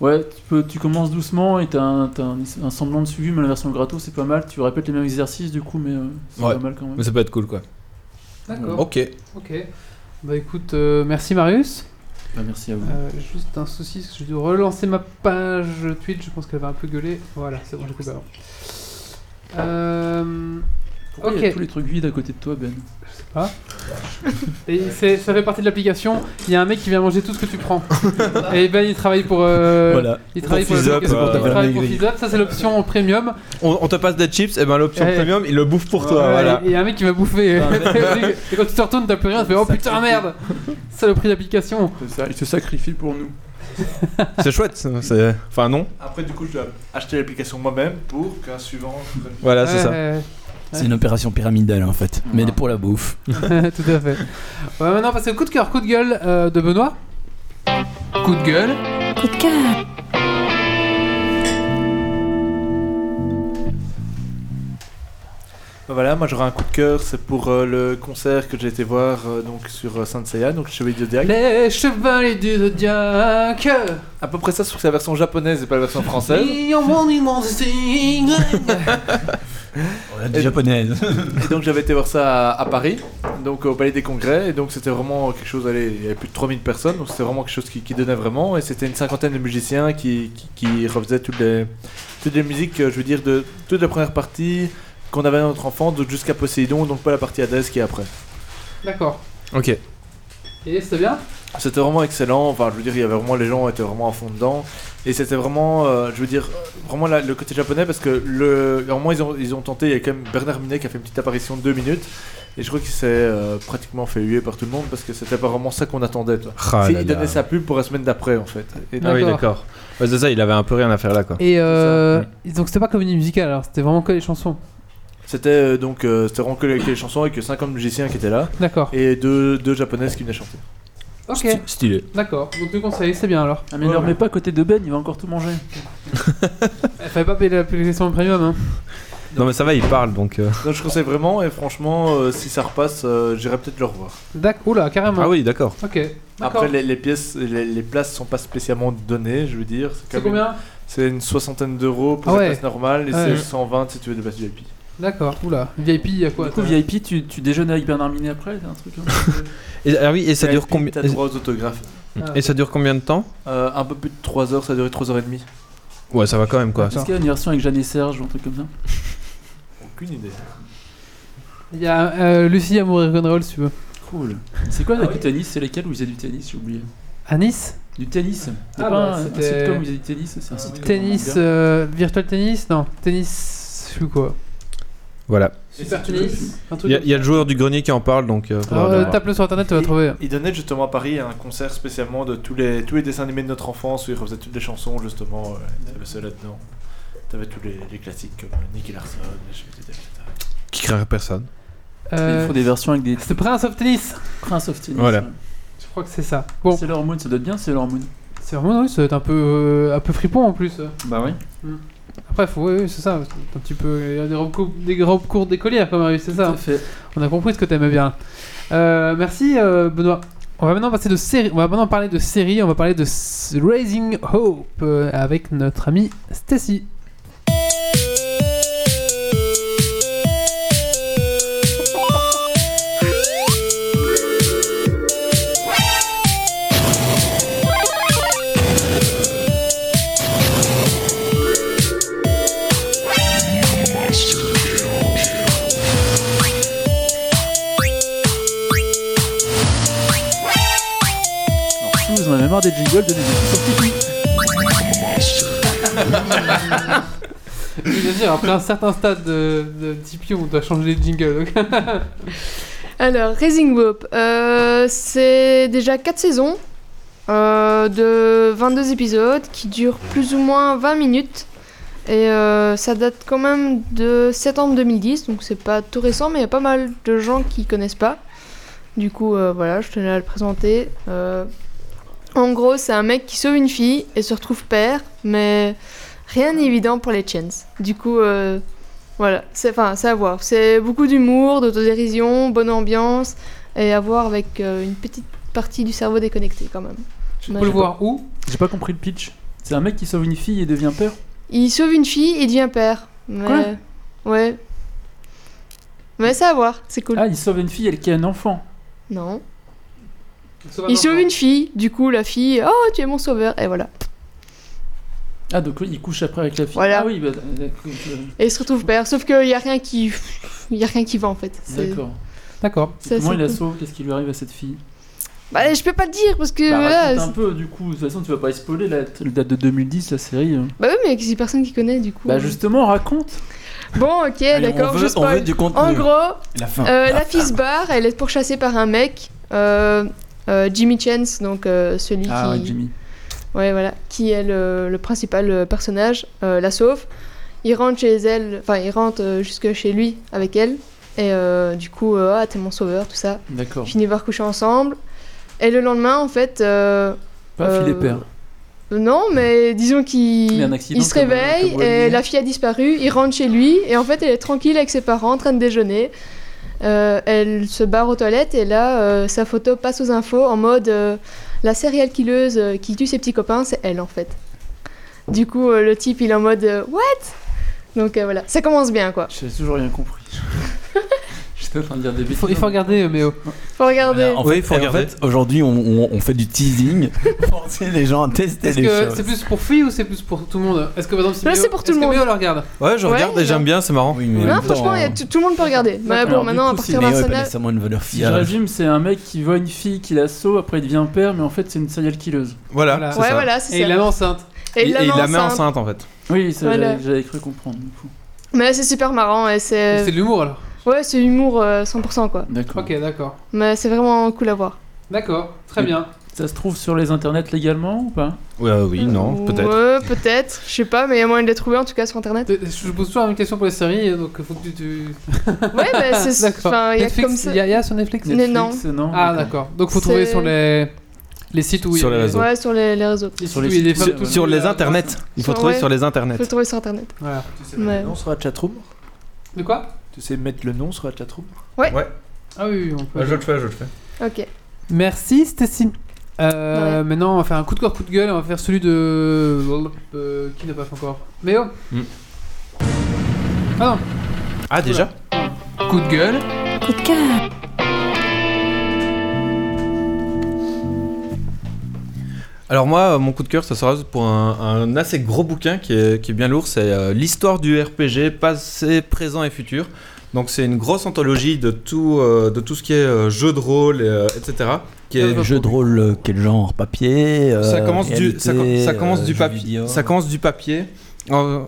ouais, tu, peux, tu commences doucement et t'as un, t'as un, un semblant de suivi, mais la version gratos, c'est pas mal. Tu répètes les mêmes exercices, du coup, mais euh, c'est
Ouais.
pas mal quand même.
mais ça peut être cool, quoi.
D'accord.
Ok.
Ok. Bah écoute, euh, merci Marius.
Bah, merci à vous.
Euh, juste un souci, parce que j'ai dû relancer ma page Twitch, je pense qu'elle va un peu gueuler. Voilà, c'est bon, je coupe avant. Euh,
Pourquoi il y
ok.
a tous les trucs vides à côté de toi, Ben
je sais pas. Et c'est- ça fait partie de l'application. Il y a un mec qui vient manger tout ce que tu prends. Et ben il travaille pour. euh,
Voilà.
Il travaille pour,
Pour Fizz Up,
l'application.
euh,
Il travaille pour
voilà.
Fizz Up. Ça c'est l'option premium.
On, on te passe des chips, et ben l'option
Eh.
premium, il le bouffe pour toi.
Ouais,
Voilà.
Et il y a un mec qui va bouffer. et quand tu te retournes, t'as plus rien. Tu fais oh putain merde. C'est le prix d'application.
C'est ça, il se sacrifie pour nous.
C'est chouette. ça, c'est- Enfin, non.
Après, du coup, je dois acheter l'application moi-même pour qu'un suivant. prenne-
Voilà, Ah, c'est ça.
Ouais.
C'est une opération pyramidale en fait, mais pour la bouffe.
Tout à fait. On va maintenant passer au coup de cœur, coup de gueule euh, de Benoît. Coup de gueule.
Coup de cœur.
Bah Voilà, moi j'aurais un coup de cœur, c'est pour euh, le concert que j'ai été voir euh, donc sur euh, Saint Seiya, donc chez Zodiac.
Les chevaliers du Zodiac.
À peu près ça, sauf que c'est la version japonaise et pas la version française.
Million monument signe.
Et-
japonaise.
Et donc j'avais été voir ça à, à Paris, donc au Palais des Congrès, et donc c'était vraiment quelque chose, allez, il y avait plus de 3000 personnes, donc c'était vraiment quelque chose qui, qui donnait vraiment, et c'était une cinquantaine de musiciens qui, qui, qui refaisaient toutes les, toutes les musiques, euh, je veux dire, de toute la première partie qu'on avait dans notre enfant, donc jusqu'à Poséidon, donc pas la partie Hades qui est après.
D'accord.
Ok.
Et c'était bien
C'était vraiment excellent. Enfin, je veux dire, il y avait vraiment les gens étaient vraiment à fond dedans. Et c'était vraiment, euh, je veux dire, vraiment la- le côté japonais parce que le, au moins ils ont, ils ont tenté. Il y a quand même Bernard Minet qui a fait une petite apparition de deux minutes. Et je crois qu'il s'est euh, pratiquement fait huer par tout le monde parce que c'était pas vraiment ça qu'on attendait. Toi.
Ah
C'est-
là
il
là.
donnait sa pub pour la semaine d'après en fait. Et
Ah oui,
D'accord.
d'accord. Ouais, c'est ça, il avait un peu rien à faire là, quoi.
Et euh, donc c'était pas comédie musicale alors, c'était vraiment que les chansons.
C'était euh, donc, euh, c'était vraiment que les, que les chansons avec 50 musiciens qui étaient là
D'accord.
et deux, deux japonaises qui venaient chanter.
Ok,
Stylé.
d'accord. Donc deux conseils, c'est bien alors.
Ah, mais ne le remets pas à côté de Ben, il va encore tout manger.
Il fallait pas payer l'application premium. Hein.
Non, mais ça va, il parle donc. euh.
Donc je conseille vraiment. Et franchement, euh, si ça repasse, euh, j'irai peut-être le revoir.
D'accord. Oula, carrément.
Ah oui, d'accord.
Ok. D'accord.
Après, les, les pièces, les, les places sont pas spécialement données, je veux dire.
C'est
quand même-
combien
C'est une soixantaine d'euros pour
Ah
la
ouais.
place normale et
Ouais.
c'est 120 si tu veux des places VIP.
D'accord. Oula. VIP, il y a quoi
du coup,
t'as-
VIP, tu, tu déjeunes avec Bernard Minet après T'as un truc hein
Et, ah oui, et ça
Et
dure
puis,
combien
T'as droit aux autographes.
Ah,
Et ça dure combien de temps
Euh, un peu plus de 3 heures, ça a duré 3h30.
Ouais, ça va quand même, quoi.
Est-ce qu'il y a une version avec Jeanne et Serge ou un truc comme ça
Aucune idée.
Il y a euh, Lucie Amour et Rock'n'Roll si tu veux.
Cool. C'est
Ah
quoi avec du tennis C'est lesquels où ils faisaient du tennis J'ai oublié.
À Nice
Du tennis C'est
Ah
pas
bah,
un, un
c'était-
sitcom où ils faisaient du tennis C'est un sitcom.
Tennis,
en manga.
euh, virtual tennis Non, tennis, je sais plus quoi.
Voilà.
Super tennis, un
Il
truc.
y, a- il y a le joueur du grenier qui en parle, donc. euh, faudra
Alors,
bien
euh,
voir.
tape-le sur internet, tu vas
Et-
trouver.
Ils donnaient justement à Paris un concert spécialement de tous les, tous les dessins animés de notre enfance où ils refaisaient toutes les chansons, justement. euh, T'avais ceux là-dedans. T'avais tous les, les classiques comme Nicky Larson, les cheveux, etc.
Qui créerait personne.
Ils
Euh,
font des versions avec des
C'est Prince of Tennis
Prince of Tennis.
Voilà.
ouais.
crois que c'est ça. Bon,
Sailor Moon, ça doit être bien Sailor Moon.
c'est vraiment, oui, ça doit être un peu, euh, un peu fripon en plus.
Bah oui.
Après, faut, oui, oui, c'est ça. c'est Un petit peu, il y a des robes, cou- des robes courtes, des collières, comme c'est ça. hein.
Tout à fait.
On a compris ce que t'aimais bien. Euh, merci euh, Benoît. On va maintenant passer de série. On va maintenant parler de série. On va parler de s- Raising Hope euh, avec notre amie Stacy.
Alors, si vous en avez marre des jingles, donnez des sur Tipeee.
Oui, bien sûr. Après un certain stade de, de Tipeee, on doit changer les jingles. donc.
Alors, Raising Hope, euh, c'est déjà 4 saisons euh, de 22 épisodes qui durent plus ou moins 20 minutes. Et euh, ça date quand même de septembre 2010, donc c'est pas tout récent, mais il y a pas mal de gens qui connaissent pas. Du coup, euh, voilà, je tenais à le présenter. Euh, en gros, c'est un mec qui sauve une fille et se retrouve père, mais rien n'est évident pour les Chens. Du coup, euh, voilà, c'est enfin, c'est à voir. C'est beaucoup d'humour, d'autodérision, bonne ambiance, et à voir avec euh, une petite partie du cerveau déconnecté quand même.
on
Mais-
peut le voir où
J'ai pas compris le pitch. C'est un mec qui sauve une fille et devient père
Il sauve une fille et devient père. Mais... Ouais. Mais c'est à voir, c'est cool.
Ah, il sauve une fille, elle qui a un enfant.
Non. Il sauve une fille, du coup la fille, oh tu es mon sauveur, et voilà.
Ah, donc oui, il couche après avec la fille.
Voilà.
Ah oui, bah, d'accord.
Et il se retrouve père, sauf qu'il n'y a rien qui... Il y a rien qui va en fait. C'est-
D'accord.
D'accord.
c'est
Comment
assez
il la
cool.
sauve Qu'est-ce qui lui arrive à cette fille
Bah, je peux pas te dire parce que...
Bah,
voilà,
raconte un
c'est-
peu, du coup. De toute façon, tu vas pas spoiler la, la date de 2010, la série. euh.
bah oui mais c'est personne qui connaît du coup.
Bah justement, raconte.
Bon ok
Allez,
d'accord,
on
je
veut, on
spoil.
veut du contenu.
En gros,
la fin. Ah.
Euh, la fille se barre, elle est pourchassée par un mec, euh, euh, Jimmy Chance, donc euh, celui
Ah,
qui,
ouais, Jimmy.
ouais, voilà, qui est le, le principal euh, personnage, euh, la sauve. Il rentre chez elle, enfin il rentre euh, jusque chez lui avec elle, et euh, du coup, euh, ah t'es mon sauveur, tout ça.
D'accord.
Fini par coucher ensemble. Et le lendemain, en fait, euh,
Pas
euh,
filet père.
non, mais disons qu'il
Mais un accident,
il se
comme, euh,
réveille
comme
et
Wally.
la fille a disparu. Il rentre chez lui et en fait, elle est tranquille avec ses parents en train de déjeuner. Euh, elle se barre aux toilettes et là, euh, sa photo passe aux infos en mode euh, la serial killeuse euh, qui tue ses petits copains, c'est elle en fait. Du coup, euh, le type il est en mode euh, What Donc euh, voilà, ça commence bien quoi.
J'ai toujours rien compris. J'étais en train de dire des
Il
bêtises. hein.
faut, il faut regarder, euh, Méo.
Faut regarder.
En
Oui,
fait,
faut
et en
regarder.
fait, aujourd'hui, on, on- on fait du teasing pour forcer les gens à tester
Est-ce
les
que
choses.
c'est plus pour filles ou c'est plus pour tout le monde Est-ce que par exemple, si
Là,
Méo-
c'est pour tout
est-ce
le
que
monde.
Méo le regarde
Ouais, je
Ouais,
regarde et
genre-
j'aime bien, c'est marrant.
Oui, mais en
Non,
même
franchement,
temps,
il y a tout, tout le monde peut regarder. Mais
D'accord.
bon,
Alors,
maintenant,
du
à
coup,
partir d'un
si
Méo est
certain
pas
âge-
nécessairement une valeur
Si je
fiable.
résume, c'est un mec qui voit une fille, qui la sauve, après il devient père, mais en fait c'est une serial killeuse.
Voilà,
Voilà.
c'est
Ouais,
ça.
voilà, c'est
Et il hein.
ça.
l'a enceinte.
Et hein. il
et il la met
enceinte.
enceinte en fait.
Oui, ça,
Voilà.
j'avais- j'avais cru comprendre. du coup.
Mais c'est super marrant et c'est.
C'est de l'humour alors.
Ouais, c'est humour euh, 100% quoi.
D'accord.
Ok, d'accord.
Mais c'est vraiment cool à voir.
D'accord, très
Oui.
bien.
Ça se trouve sur les internets légalement ou pas
Ouais, oui, non, peut-être.
Ouais, peut-être. Je sais pas, mais il y a moyen de les trouver en tout cas sur internet.
Je je pose toujours la même question pour les séries, hein, donc faut que tu. tu... Ah,
Ouais, mais c'est.
D'accord.
Enfin, il y a
Netflix,
comme ça.
il y a- il y a sur Netflix
Mais
Netflix, euh, non.
Ah d'accord. Donc faut
C'est-
trouver sur les les sites où il y a
Sur les
des-
réseaux.
Ouais, sur les, les réseaux.
les sites
Sur
où
les
il y a des
sites.
femmes
Sur-
tout nues,
Sur les
euh,
internets. Il faut
Ouais.
trouver sur les
Faut le
internets.
trouver sur internet.
Voilà.
Tu sais
Ouais.
mettre le nom sur la chatroom
De quoi
Tu sais mettre le nom sur la chatroom
Ah oui, oui, on peut.
le fais, Bah, je le fais.
Ok.
Merci Stacy. Euh, Maintenant, on va faire un coup de corps, coup de gueule. On va faire celui de euh, qui n'a pas fait encore. Méo.
Hmm.
Ah
Ah, déjà
non. Coup de gueule.
Coup de cœur.
Alors moi, euh, mon coup de cœur, ça sera pour un, un assez gros bouquin qui est, qui est bien lourd. C'est euh, l'histoire du RPG, passé, présent et futur. Donc c'est une grosse anthologie de tout, euh, de tout ce qui est euh, jeu de rôle, et, euh, etc. Qui est
Quel jeu de rôle, euh, quel genre Papier euh,
ça commence du ça, com-
réalité,
ça commence
euh,
du
jeux
papier
vidéo.
ça commence du papier Euh,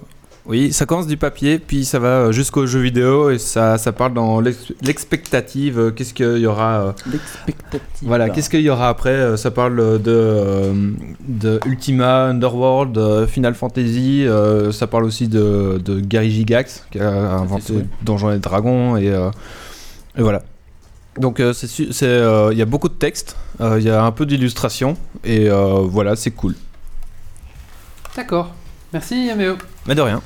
oui ça commence du papier puis ça va jusqu'au jeu vidéo et ça ça parle dans l'ex- l'expectative euh, qu'est-ce qu'il y aura euh,
L'expectative.
voilà qu'est-ce qu'il y aura après euh, ça parle de euh, de Ultima Underworld euh, Final Fantasy euh, ça parle aussi de de
Ah,
Gary Gygax qui a inventé
souhait.
Donjons et Dragons et euh, et voilà Donc euh, c'est su- c'est, euh, il y a beaucoup de textes, euh, il y a un peu d'illustrations et euh, voilà, c'est cool.
D'accord. Merci, Yameo.
Mais de rien.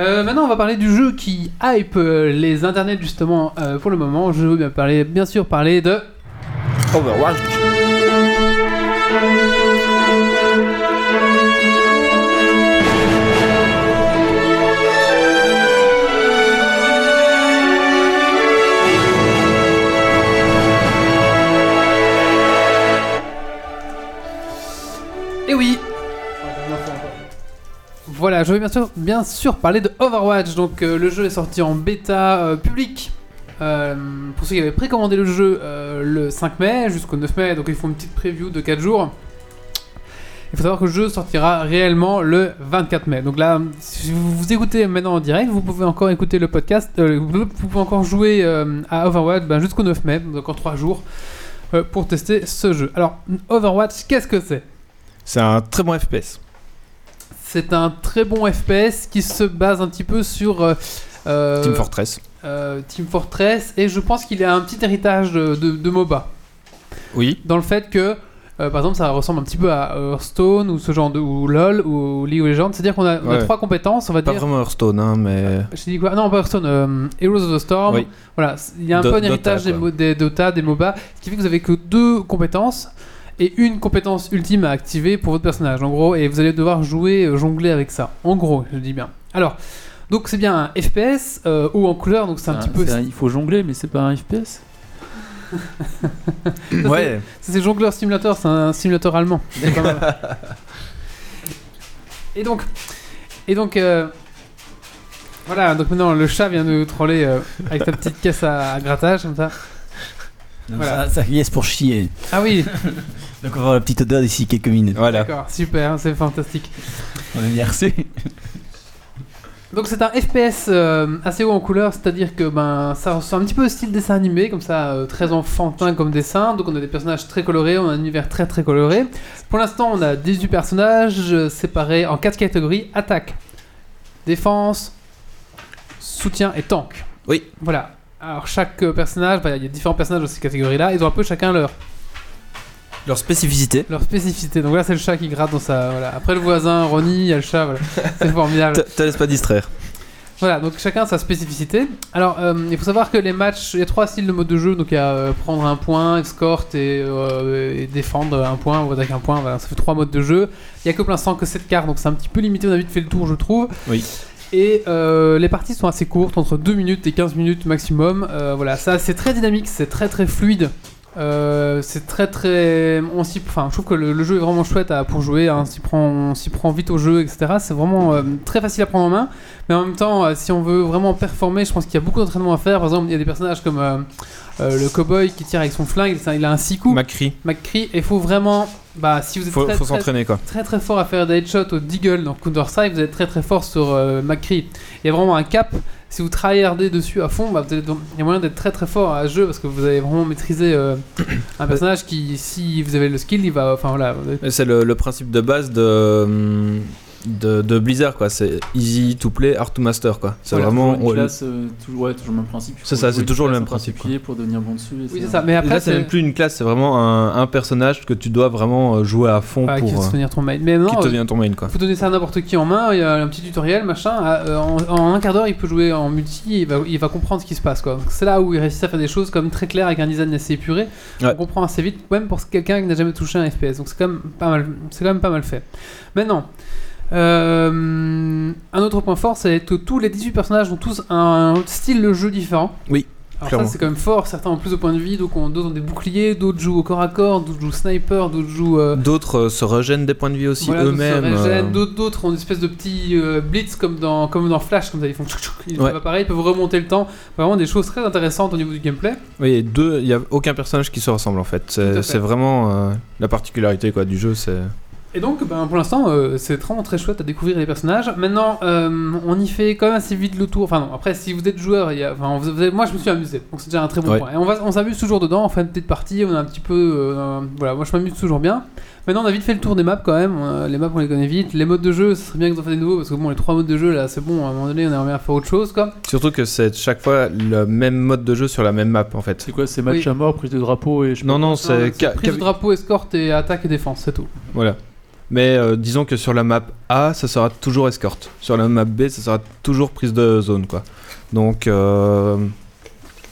Euh, maintenant, on va parler du jeu qui hype euh, les internets justement euh, pour le moment. Je veux bien, parler, bien sûr parler de
Overwatch.
Eh oui Voilà, je vais bien sûr, bien sûr parler de Overwatch. Donc euh, le jeu est sorti en bêta euh, public. euh, pour ceux qui avaient précommandé le jeu euh, le 5 mai jusqu'au 9 mai, donc ils font une petite preview de 4 jours. Il faut savoir que le jeu sortira réellement le 24 mai. Donc là, si vous vous écoutez maintenant en direct, vous pouvez encore écouter le podcast, euh, vous pouvez encore jouer euh, à Overwatch ben, jusqu'au 9 mai, donc en 3 jours, euh, pour tester ce jeu. Alors, Overwatch, qu'est-ce que c'est
C'est un très bon FPS.
c'est un très bon FPS qui se base un petit peu sur euh, euh,
Team Fortress.
euh, Team Fortress et je pense qu'il a un petit héritage de, de- de MOBA
Oui.
dans le fait que euh, par exemple ça ressemble un petit peu à Hearthstone ou ce genre de ou LoL ou League of Legends, c'est-à-dire qu'on a, on a
Ouais.
trois compétences, on va
Pas
dire.
vraiment Hearthstone, hein, mais
J'ai dit quoi Non, pas Hearthstone, euh, Heroes of the Storm.
Oui.
Voilà, c- il y a un
Do-
peu un
Dota,
héritage des,
quoi.
mo- des Dota, des MOBA, ce qui fait que vous avez que deux compétences et une compétence ultime à activer pour votre personnage, en gros, et vous allez devoir jouer, euh, jongler avec ça. En gros, je dis bien. Alors, donc c'est bien un FPS euh, haut en couleur, donc c'est un
Ah,
petit peu.
c'est
Ça,
Il faut jongler, mais c'est pas un FPS.
ouais.
c'est Jongleur Simulator, c'est un simulateur allemand. C'est pas mal. et donc, et donc. euh, voilà, donc maintenant le chat vient de troller euh, avec ta petite caisse à- à grattage comme ça.
Donc
Voilà.
Ça, ça liesse pour chier.
Ah oui,
Donc on va avoir la petite odeur d'ici quelques minutes.
Voilà.
d'accord, super, c'est fantastique.
On est bien reçu.
Donc c'est un FPS euh, assez haut en couleur, c'est-à-dire que ben ça ressemble un petit peu au style dessin animé, comme ça euh, très enfantin comme dessin. Donc on a des personnages très colorés, on a un univers très très coloré. Pour l'instant, on a 18 personnages euh, séparés en quatre catégories attaque, défense, soutien et tank.
Oui.
Voilà. Alors chaque euh, personnage, ben, il y a différents personnages dans ces catégories-là, ils ont un peu chacun leur
Leur spécificité.
leur spécificité. Donc là, c'est le chat qui gratte dans sa. Voilà. Après le voisin, Ronnie, il y a le chat. Voilà. C'est formidable.
Te te laisse pas distraire.
Voilà, donc chacun a sa spécificité. Alors, euh, il faut savoir que les matchs, il y a trois styles de mode de jeu. Donc il y a euh, prendre un point, escorte et, euh, et défendre un point ou attaquer un point. Voilà, ça fait trois modes de jeu. Il y a que pour l'instant que 7 cartes, donc c'est un petit peu limité. On a vite fait le tour, je trouve.
Oui.
Et euh, les parties sont assez courtes, entre 2 minutes et 15 minutes maximum. Euh, voilà, ça c'est très dynamique, c'est très très fluide. Euh, c'est très très. On s'y... Enfin, je trouve que le, le jeu est vraiment chouette à, pour jouer. hein. On, s'y prend, on s'y prend vite au jeu, etc. C'est vraiment euh, très facile à prendre en main. Mais en même temps, euh, si on veut vraiment performer, je pense qu'il y a beaucoup d'entraînement à faire. Par exemple, il y a des personnages comme euh, euh, le cowboy qui tire avec son flingue. Il a- Il a un 6 coups.
Macri.
McCree. Et il faut vraiment. Bah, si vous êtes
Faut,
très,
faut
très,
s'entraîner quoi.
très très fort à faire des headshots au Deagle dans Counter-Strike, vous êtes très très fort sur euh, McCree. Il y a vraiment un cap. Si vous tryhardez dessus à fond, bah, vous allez- il y a moyen d'être très très fort à ce jeu parce que vous avez vraiment maîtrisé euh, un personnage qui, si vous avez le skill, il va. Enfin voilà. vous êtes-
Et C'est le, le principe de base de, de, de Blizzard quoi. C'est easy to play, hard to master quoi. C'est
Voilà,
vraiment.
Toujours une
ouais,
classe, euh, toujours, ouais, toujours le même principe.
C'est ça, c'est toujours le même principe,
Pied pour devenir bon dessus. et
Oui, c'est ça. Mais
là
après,
c'est même plus une classe, c'est vraiment un, un personnage que tu dois vraiment euh, jouer à fond
Voilà, Ah, qui
pour
va
euh,
se tenir ton mail. Mais non,
qui te
euh,
vient ton main quoi.
Vous donnez ça à n'importe qui en main, il y a un petit tutoriel, machin. à- euh, en, en un quart d'heure, il peut jouer en multi, il va, il va comprendre ce qui se passe. quoi. Donc C'est là où il réussit à faire des choses comme très claires avec un design assez épuré.
Ouais.
On comprend assez vite, même pour quelqu'un qui n'a jamais touché un FPS. Donc c'est quand même pas mal, c'est quand même pas mal fait. Maintenant, euh, un autre point fort, c'est que tous les 18 personnages ont tous un style de jeu différent.
Oui,
Alors
clairement.
ça c'est quand même fort, certains ont plus de points de vie, donc on, d'autres ont des boucliers, d'autres jouent au corps à corps, d'autres jouent au sniper, d'autres jouent euh,
D'autres euh, se régènent des points de vie aussi
voilà, d'autres se
eux-mêmes.
régènent,
euh,
d'autres- D'autres ont une espèce de petit euh, blitz comme dans, comme dans Flash, comme ça ils font tchouk, tchouk, ils
Ouais.
peuvent apparaître, ils peuvent remonter le temps. Vraiment des choses très intéressantes au niveau du gameplay.
Oui, et deux, il n'y a aucun personnage qui se ressemble en fait.
Tout à fait.
C'est c'est vraiment euh, la particularité quoi, du jeu. C'est
Et donc ben, pour l'instant euh, c'est vraiment très chouette à découvrir les personnages. Maintenant euh, on y fait quand même assez vite le tour. Enfin non, après si vous êtes joueur, il y a, enfin, vous- vous avez- moi je me suis amusé, donc c'est déjà un très bon
Ouais.
point. Et on, va- on s'amuse toujours dedans, on fait une petite partie, on a un petit peu... euh, voilà, moi je m'amuse toujours bien. Maintenant, on a vite fait le tour des maps quand même. Euh, les maps, on les connaît vite. Les modes de jeu, ce serait bien qu'ils en fassent des nouveaux parce que bon, les trois modes de jeu là, c'est bon. À un moment donné, on aimerait bien faire autre chose quoi.
Surtout que c'est chaque fois le même mode de jeu sur la même map en fait.
C'est quoi C'est match
Oui.
à mort, prise de drapeau et je
Non, non,
Euh,
c'est. ca-
prise de
ca-
drapeau, escorte et attaque et défense, c'est tout.
Voilà. Mais euh, disons que sur la map A, ça sera toujours escorte. Sur la map B, ça sera toujours prise de zone, quoi. Donc, euh,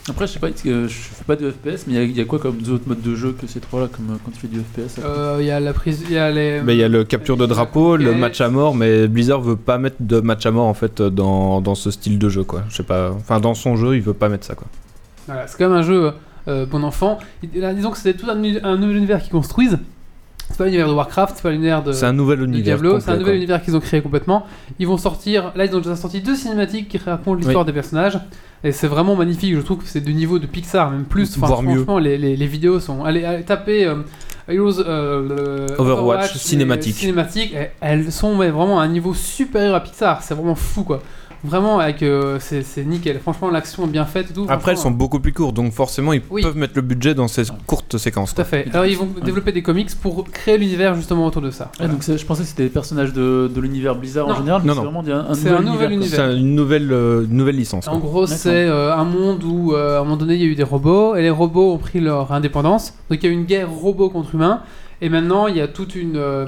Après, je sais pas, euh, je fais pas de FPS, mais il y a- il y, a quoi comme d'autres modes de jeu que ces trois-là, comme euh, quand tu fais du FPS après
Euh, Il y a la prise, il y a les.
mais il y a le capture de drapeau, le
Ok.
match à mort, mais Blizzard veut pas mettre de match à mort en fait dans, dans ce style de jeu, quoi. Je sais pas. Enfin, dans son jeu, il veut pas mettre ça, quoi.
Voilà, c'est quand même un jeu euh, bon enfant. Il- là, disons que c'était tout un, nu- un nouvel univers qu'ils construisent. C'est pas l'univers de Warcraft, c'est pas l'univers de,
c'est un nouvel
de
univers.
Euh, Diablo, c'est un
complet,
nouvel univers qu'ils ont créé complètement. Ils vont sortir, là ils ont déjà sorti deux cinématiques qui racontent l'histoire des personnages. Et c'est vraiment magnifique, je trouve que c'est du niveau de Pixar, même plus.
Voire mieux.
franchement, les, les- les vidéos sont. Allez, allez taper euh, Heroes euh, le-
Overwatch, cinématique.
les cinématiques, et- elles sont mais, vraiment à un niveau supérieur à Pixar, c'est vraiment fou quoi. Vraiment, avec, euh, c'est c'est nickel. Franchement, l'action est bien faite et tout.
quoi. Après, elles
franchement,
sont beaucoup plus courtes, donc forcément, ils
Oui.
peuvent mettre le budget dans ces courtes séquences.
Tout à fait. Alors ils vont développer des comics pour créer l'univers justement autour de ça.
Ah, donc c'est- je pensais que c'était des personnages de, de l'univers Blizzard
Non.
en général, mais
Non,
c'est
non.
vraiment du- un,
C'est un nouvel
quoi.
univers.
C'est un- une nouvelle, euh, une nouvelle licence.
En
quoi.
gros,
D'accord.
c'est euh, un monde où, euh, à un moment donné, il y a eu des robots, et les robots ont pris leur indépendance. Donc il y a eu une guerre robot contre humain, et maintenant il y a toute une. euh,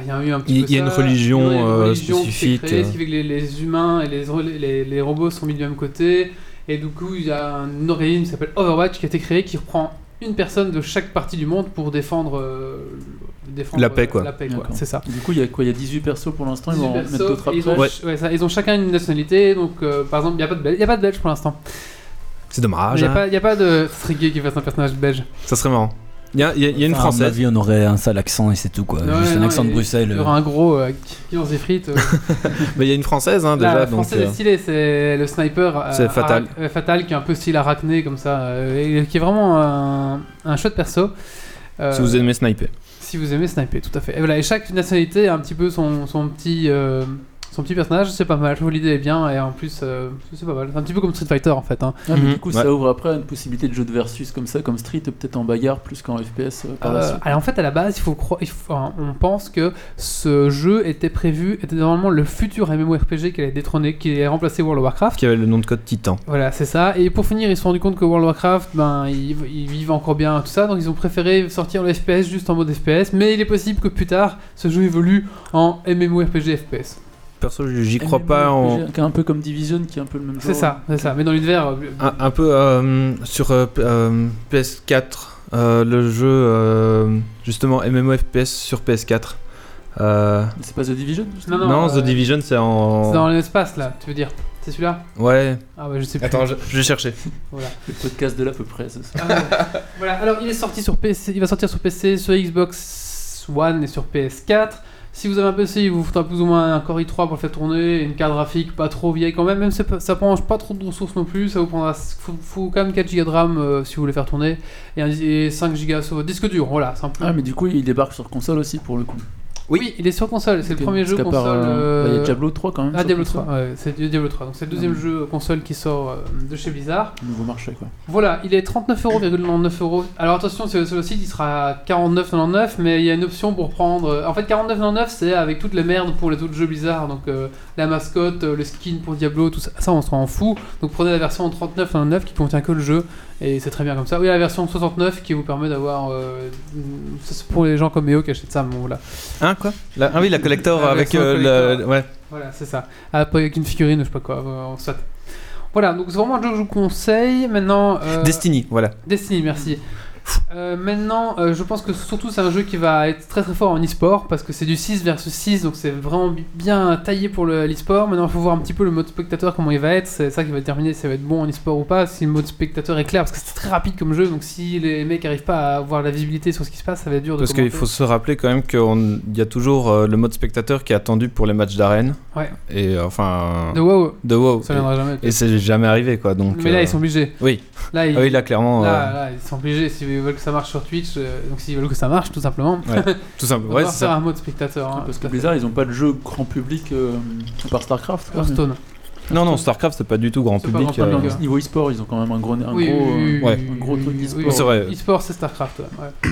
Il y a eu un petit
Il-
peu
il y a
ça,
une religion,
il y a une
euh,
religion qui s'est
spécifique,
créée,
euh.
ce qui fait que les, les humains et les, re- les, les robots sont mis du même côté. Et du coup, il y a un organisme qui s'appelle Overwatch qui a été créé, qui reprend une personne de chaque partie du monde pour défendre, euh, le- défendre,
La paix,
euh,
quoi.
La paix, quoi.
D'accord.
C'est ça.
Du coup, il y a quoi Il y a 18 persos pour l'instant, ils vont en
Super
mettre d'autres
soft, et
après.
ils ont,
Ouais.
ch- ouais, ça, ils ont chacun une nationalité, donc euh, par exemple, il n'y a, pas de Bel- y a pas de Belge pour l'instant.
C'est
Il
dommage.
n'y a,
hein.
pas- y a pas de ce serait gay qui fasse un personnage belge.
Ça serait marrant. Il y a, il y a- il y a une
Enfin, à mon
française.
avis, on aurait un sale accent et c'est tout quoi.
Ouais,
Juste un
non,
accent de
et-
Bruxelles.
Il y
euh.
aura un gros euh, qui lance des frites. euh.
Mais il y a une française,
Là,
hein, déjà.
la
donc,
française
euh,
est stylée, c'est le sniper. euh,
C'est Fatal.
Arac- euh, fatal qui est un peu style arachné comme ça, euh, et qui est vraiment un, un chouette perso. Euh,
Si vous aimez sniper.
Si vous aimez sniper, tout à fait. Et voilà, et chaque nationalité a un petit peu son, son petit euh, son petit personnage, c'est pas mal. Je trouve l'idée est bien et en plus euh, c'est pas mal. C'est un petit peu comme Street Fighter en fait. hein.
Ah, mais
Mhm.
du coup,
Ouais.
ça ouvre après à une possibilité de jeu de versus comme ça, comme Street, peut-être en bagarre plus qu'en FPS euh, par la
Euh,
suite.
alors en fait à la base il faut croire, il faut- enfin, on pense que ce jeu était prévu était normalement le futur MMORPG qui allait détrôner, qui allait remplacer World of Warcraft.
Qui avait le nom de code Titan.
Voilà c'est ça. Et pour finir ils se sont rendu compte que World of Warcraft ben ils, ils vivent encore bien tout ça donc ils ont préféré sortir le FPS juste en mode FPS. Mais il est possible que plus tard ce jeu évolue en MMORPG FPS.
Perso,
Eh,
j'y crois pas en.
RPG, Un peu comme Division qui est un peu le même genre.
C'est ça c'est ça. Mais dans l'univers euh,
Ah.
Un, un peu euh, sur euh, P- euh, PS4, euh, le jeu euh, justement MMOFPS sur PS4. Euh,
Mais C'est pas The Division justement
Non,
non, The
euh,
Division c'est
c'est
en.
dans l'espace là tu veux dire c'est celui-là
Ouais.
ah bah je sais plus.
Attends, je, je vais chercher.
Voilà.
Le podcast de l'à peu près, ça.
Ah, ouais. voilà, alors il est sorti sur PC, il va sortir sur PC, sur Xbox One et sur PS4. Si vous avez un PC, il vous faut un plus ou moins un Core i3 pour le faire tourner, une carte graphique pas trop vieille quand même, même si ça prend pas trop de ressources non plus, ça vous prendra faut, faut quand même 4 Go de RAM euh, si vous voulez faire tourner et, un- et 5 Go sur votre disque dur. Voilà, c'est un peu-
Ah, mais du coup, il débarque sur console aussi pour le coup.
oui. il est sur console, c'est
Ok,
le premier
parce
jeu
qu'à
console.
part, euh, bah, Il y
euh,
a Diablo 3 quand même.
ah,
sur
Diablo
console.
3, ouais, c'est Diablo 3. Donc c'est le deuxième
Ah.
jeu console qui sort euh, de chez Blizzard.
Nouveau marché quoi.
Voilà, il est 39,99€. euros. Alors attention, sur sur le site, il sera à 49,99€, mais il y a une option pour prendre. euh, En fait, 49,99€, c'est avec toutes les merdes pour les autres jeux bizarres. Donc euh, la mascotte, euh, le skin pour Diablo, tout ça, ça on s'en fout. Donc prenez la version en 39,99€ qui contient que le jeu, et c'est très bien comme ça. Oui, la version 69 qui vous permet d'avoir. euh, ça, c'est pour les gens comme Méo qui achètent ça, mais bon, voilà.
Hein, quoi La- Ah oui, la collector
La
avec
version
euh, le.
collector.
Ouais.
Voilà, c'est ça. Après, avec une figurine, je sais pas quoi, euh, soit. Voilà, donc c'est vraiment un jeu que je vous conseille. Maintenant. euh,
Destiny, voilà.
Destiny, merci. Euh, maintenant, euh, je pense que surtout c'est un jeu qui va être très très fort en e-sport parce que c'est du 6 versus 6, donc c'est vraiment bi- bien taillé pour le- l'e-sport. Maintenant, il faut voir un petit peu le mode spectateur comment il va être. C'est ça qui va déterminer si ça va être bon en e-sport ou pas. Si le mode spectateur est clair, parce que c'est très rapide comme jeu, donc si les mecs arrivent pas à avoir la visibilité sur ce qui se passe, ça va être dur de
Parce qu'il
commenter.
faut se rappeler quand même qu'il y a toujours euh, le mode spectateur qui est attendu pour les matchs d'arène.
Ouais.
Et euh, enfin.
De WoW,
de WoW.
ça viendra jamais.
Et c'est jamais arrivé quoi. Donc,
Mais là,
euh,
ils sont obligés.
Oui.
Là, ils,
Ah oui, là clairement.
là,
euh,
là, ils sont obligés. S'ils veulent que ça marche sur Twitch, euh, donc s'ils veulent que ça marche, tout simplement,
Tout simple.
on
Ouais,
va
c'est
faire
ça.
un mode spectateur. hein,
Parce que
tout à fait.
Blizzard, ils ont pas de jeu grand public euh, à part StarCraft. quoi, mais-
Hearthstone.
Non, non, StarCraft, c'est pas du tout grand
C'est pas
public.
grand public,
euh,
hein.
Niveau e-sport, ils ont quand même un gros, un
Oui,
gros,
oui, oui,
euh,
oui,
un gros
oui,
truc
oui,
d'e-sport.
oui.
C'est vrai.
E-sport, c'est StarCraft. ouais, ouais.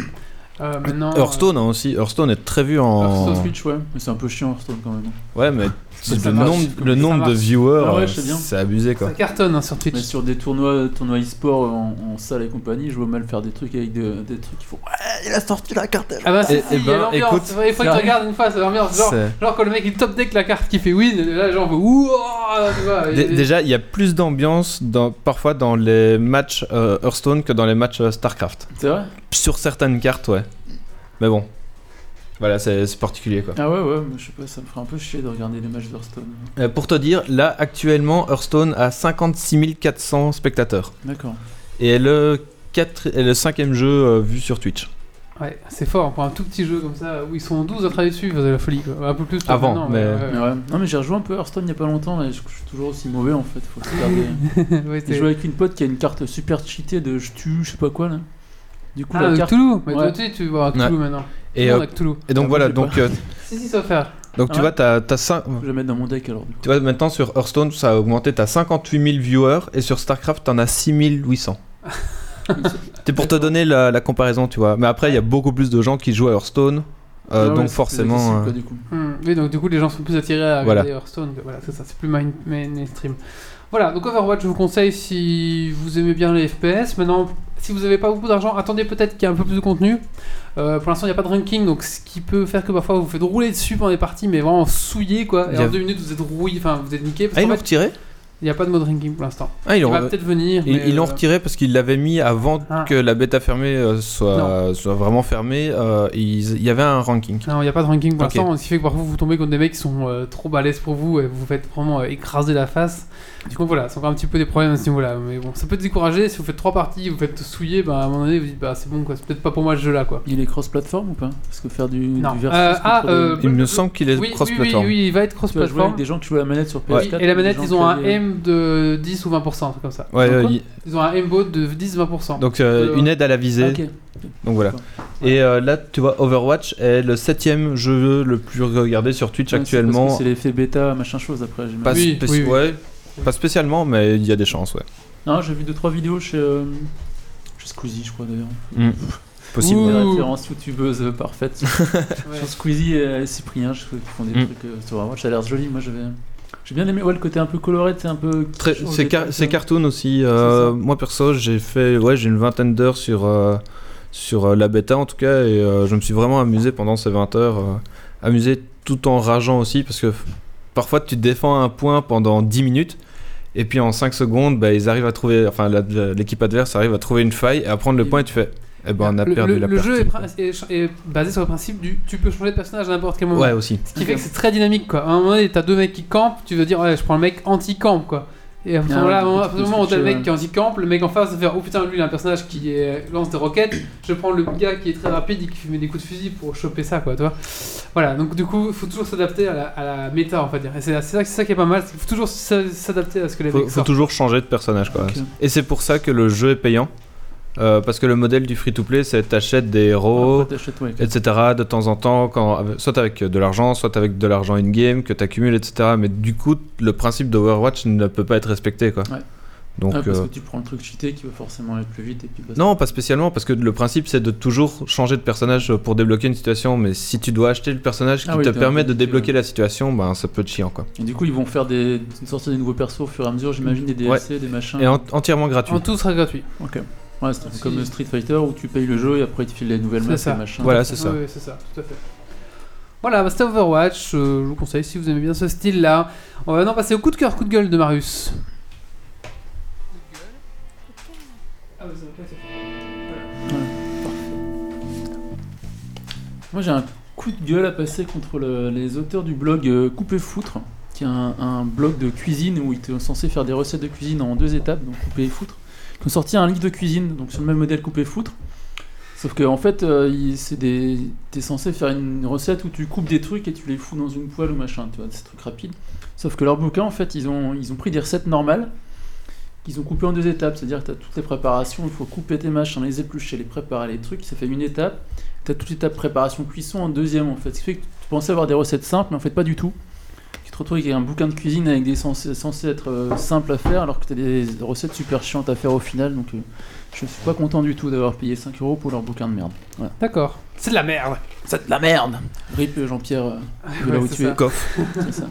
Euh, maintenant,
Hearthstone hein, aussi. Hearthstone est très vu en.
Hearthstone euh, Switch, ouais. Mais c'est un peu chiant Hearthstone quand même.
Ouais, mais
Mais ça
le
marche,
nombre,
comme
le
ça
nombre de
marche.
viewers,
Ah ouais,
euh,
je sais bien.
c'est abusé
euh,
quoi.
ça cartonne hein, sur Twitch.
Mais sur des tournois, tournois e-sport en, en salle et compagnie, je vois mal faire des trucs avec de- des trucs qui font.
Ah bah si,
Eh-
si,
eh
il y a
ben,
l'ambiance.
écoute,
Ouais, il faut que tu
ça-
regardes une fois, c'est l'ambiance. Genre,
C'est-
genre quand le mec il top deck la carte qui fait win, et là genre ouah, tu vois, il y a
Dé-
des-
Déjà, il y a plus d'ambiance dans- parfois dans les matchs euh, Hearthstone que dans les matchs euh, StarCraft.
C'est vrai
Sur certaines cartes, ouais. Mais bon. Voilà, c'est c'est particulier quoi.
Ah ouais, ouais, mais je sais pas, ça me ferait un peu chier de regarder les matchs d'Hearthstone.
Euh, pour te dire, là actuellement, Hearthstone a 56 400 spectateurs.
D'accord.
Et est le, quatre- est le cinquième jeu euh, vu sur Twitch.
Ouais, c'est fort pour un tout petit jeu comme ça où ils sont 12 à travailler dessus, c'est la folie quoi. Un peu plus
Avant,
maintenant,
mais-
ouais,
Mais ouais. Non, mais j'ai rejoué un peu Hearthstone il y a pas longtemps et je, je suis toujours aussi mauvais en fait. Faut se faire des-
ouais. Ouais,
J'ai
t'es-
joué avec une pote qui a une carte super cheatée de je tue, je sais pas quoi là. Du coup,
Ah,
la
euh,
carte.
Cthulhu, mais
Ouais.
toi aussi tu vois Cthulhu maintenant.
Et,
Nous,
euh,
on a Cthulhu.
et donc
Ah,
voilà,
moi, j'ai
donc, euh,
Si, si, ça va faire.
donc
Ah
tu vois, t'as t'as cin-
Je vais la mettre dans mon deck alors. du coup.
Tu vois, maintenant sur Hearthstone, ça a augmenté, t'as 58 000 viewers et sur StarCraft, t'en as 6800. C'était pour te donner la, la comparaison, tu vois. Mais après, il y a beaucoup plus de gens qui jouent à Hearthstone, euh,
Ah ouais, c'est
donc
plus
forcément.
accessible, quoi,
euh,
du coup.
Hmm, Oui, donc du coup, les gens sont plus attirés à regarder
Voilà.
Hearthstone. que- Voilà, c'est ça, c'est plus main- mainstream. Voilà, donc Overwatch, je vous conseille si vous aimez bien les FPS. Maintenant, si vous n'avez pas beaucoup d'argent, attendez peut-être qu'il y ait un peu plus de contenu. Euh, pour l'instant, il n'y a pas de ranking, donc ce qui peut faire que parfois vous vous faites rouler dessus pendant les parties, mais vraiment souillé quoi. Et
Il y a-
en deux minutes, vous êtes rouillé, enfin vous êtes niqué. Parce
Ah, ils
qu'en
l'ont
fait,
retiré
il n'y a pas de mode ranking pour l'instant.
Ah, ils
Il
l'ont
va peut-être venir.
ils-
mais,
ils l'ont
euh,
retiré parce qu'ils l'avaient mis avant
Ah.
que la bêta fermée euh, soit, soit vraiment fermée. euh, ils- Il y avait un ranking.
Non, il n'y a pas de ranking pour
Ok.
l'instant, ce qui fait que parfois vous tombez contre des mecs qui sont euh, trop balèzes pour vous et vous vous faites vraiment euh, écraser la face. Du coup, voilà, c'est encore un petit peu des problèmes à ce niveau-là. Mais bon, ça peut décourager. Si vous faites trois parties, vous faites souiller, bah, à un moment donné, vous dites, bah c'est bon, quoi, c'est peut-être pas pour moi ce jeu-là, quoi.
Il est cross-platform ou pas Parce que faire du,
Non.
du
Euh,
versus.
ah,
contre des-
euh,
Il me
Oui,
semble qu'il est
Oui, oui, oui,
cross-platform.
oui, il va être
Tu vas jouer
cross-platform.
avec des gens qui jouent à la manette sur
Oui,
PS4.
et la manette,
des gens
ils ont
qui
un
avaient-
M de 10 ou 20%, c'est comme ça.
Ouais,
Donc
euh,
quoi
il-
Ils ont un M mode de 10-20%.
donc euh,
Euh,
une aide à la visée.
Ah, ok.
Donc voilà. Et euh, là, tu vois, Overwatch est le septième jeu le plus regardé sur Twitch
Ouais, Ah, c'est parce que
actuellement.
C'est l'effet bêta, machin chose après. j'imagine.
Pas,
Oui,
spéci-
oui, oui.
ouais, pas spécialement, mais il y a des chances, ouais.
Non, j'ai vu 2-3 vidéos chez, euh, chez Squeezie, je crois d'ailleurs.
Possible.
Ouh.
ouais.
Des
Ouh.
références youtubeuse euh, parfaite sur
Ouais.
sur Squeezie et euh, Cyprien, je crois, qui font des
Mm.
trucs euh, sur Overwatch. Ça a l'air joli, moi j'avais. J'ai bien aimé ouais, le côté un peu coloré, c'est un peu.
Très-
qui change
C'est
des
car-
trucs,
c'est
euh.
cartoon aussi. euh, moi perso, j'ai fait, ouais, j'ai une vingtaine d'heures sur euh, sur euh, la bêta en tout cas, et euh, je me suis vraiment amusé pendant ces 20 heures, euh, amusé tout en rageant aussi, parce que parfois tu défends un point pendant 10 minutes. Et puis en 5 secondes, bah, ils arrivent à trouver, enfin la- la- l'équipe adverse arrive à trouver une faille et à prendre le point et tu fais, eh ben on a
le,
perdu
le-
la
le jeu est,
partie.
prin- est- est basé sur le principe du tu peux changer de personnage à n'importe quel moment.
Ouais aussi.
Ce qui fait que c'est très dynamique quoi. À un moment donné, t'as deux mecs qui campent, tu veux dire ouais, je prends le mec anti-camp quoi. Et à partir
Ah
moment
ouais,
là, à
du coup, tu
partir du
peux
moment où t'as le
switcher,
mec qui est anti-camp, le mec en face va faire oh putain, lui il a un personnage qui euh, lance des roquettes, je prends le gars qui est très rapide et qui met des coups de fusil pour choper ça quoi, tu vois. Voilà, donc du coup, faut toujours s'adapter à la, à la méta en fait. Et C'est c'est ça, c'est ça qui est pas mal, c'est qu'il faut toujours s'a- s'adapter à ce que les
faut,
mecs
faut
sortent.
toujours changer de personnage quoi.
Ok.
Et c'est pour ça que le jeu est payant. Euh, parce que le modèle du free-to-play, c'est t'achètes des héros,
Après, t'achètes, Ah, ouais,
etc. de temps en temps, quand, soit avec de l'argent, soit avec de l'argent in-game que t'accumules, etc. Mais du coup, le principe d'Overwatch ne peut pas être respecté quoi.
Ouais.
Donc,
Ah, parce
euh,
que tu prends le truc cheaté qui va forcément aller plus vite et puis. bah,
non, pas spécialement, parce que le principe c'est de toujours changer de personnage pour débloquer une situation, mais si tu dois acheter le personnage qui
Ah oui,
te
t'es
permet de
obligé,
débloquer la situation, ben ça peut être chiant quoi.
Et du coup, ils vont faire des sortir des nouveaux persos au fur et à mesure, j'imagine, des DLC, des machins.
Et en- entièrement gratuit.
En tout sera gratuit.
Ok. Ouais, c'est un peu
Si.
comme Street Fighter où tu payes le jeu et après ils te filent les nouvelles
C'est
maps
ça.
et machin.
Voilà, c'est ça.
Oui, oui, Ah c'est ça, tout à fait. Voilà, bah, c'était Overwatch, euh, je vous conseille si vous aimez bien ce style-là. On va maintenant passer au coup de cœur, coup de gueule de Marius.
Moi, j'ai un coup de gueule à passer contre le- les auteurs du blog euh, Couper Foutre, qui est un, un blog de cuisine où ils étaient censés faire des recettes de cuisine en deux étapes, donc Couper et Foutre, qui ont sorti un livre de cuisine, donc sur le même modèle Couper et Foutre. Sauf que en fait, euh, il- c'est des- t'es censé faire une recette où tu coupes des trucs et tu les fous dans une poêle ou machin, tu vois, des trucs rapides. Sauf que leur bouquin, en fait, ils ont, ils ont pris des recettes normales qu'ils ont coupées en deux étapes. C'est-à-dire que tu as toutes les préparations, il faut couper tes machins, les éplucher, les préparer, les trucs. Ça fait une étape. Tu as toute l'étape préparation-cuisson en deuxième, en fait. Ce qui fait que tu pensais avoir des recettes simples, mais en fait, pas du tout. Tu te te retrouves avec un bouquin de cuisine avec des censés, censés être euh, simples à faire alors que tu as des recettes super chiantes à faire au final. Donc euh, je suis pas content du tout d'avoir payé 5 euros pour leur bouquin de merde. Voilà.
D'accord. C'est de la merde.
C'est de la merde Rip euh, Jean-Pierre, euh, de là
Ouais,
où
c'est
tu es.
ça.
Coff.
C'est ça.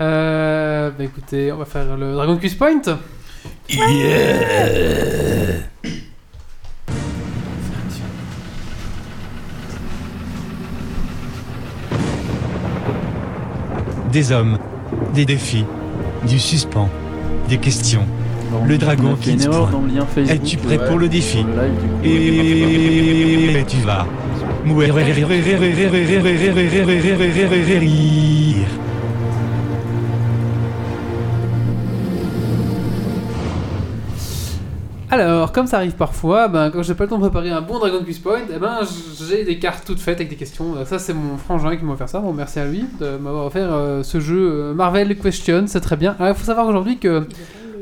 Euh, bah écoutez, on va faire le Dragon Quiz Point.
euh.
Des hommes, des défis, du suspens, des questions.
Laurent,
Le
on a
dragon
fait une
qui se
erreur
pointe.
dans le lien Facebook.
Es-tu prêt
euh,
pour le défi
le live, du coup.
Et tu vas. mourir.
Alors, comme ça arrive parfois, ben, quand j'ai pas le temps de préparer un bon Dragon Quiz Point, eh ben, j'ai des cartes toutes faites avec des questions. Euh, Ça, c'est mon frangin qui m'a offert ça. Bon, merci à lui de m'avoir offert euh, ce jeu euh, Marvel Question. C'est très bien. Ah, Il faut savoir aujourd'hui que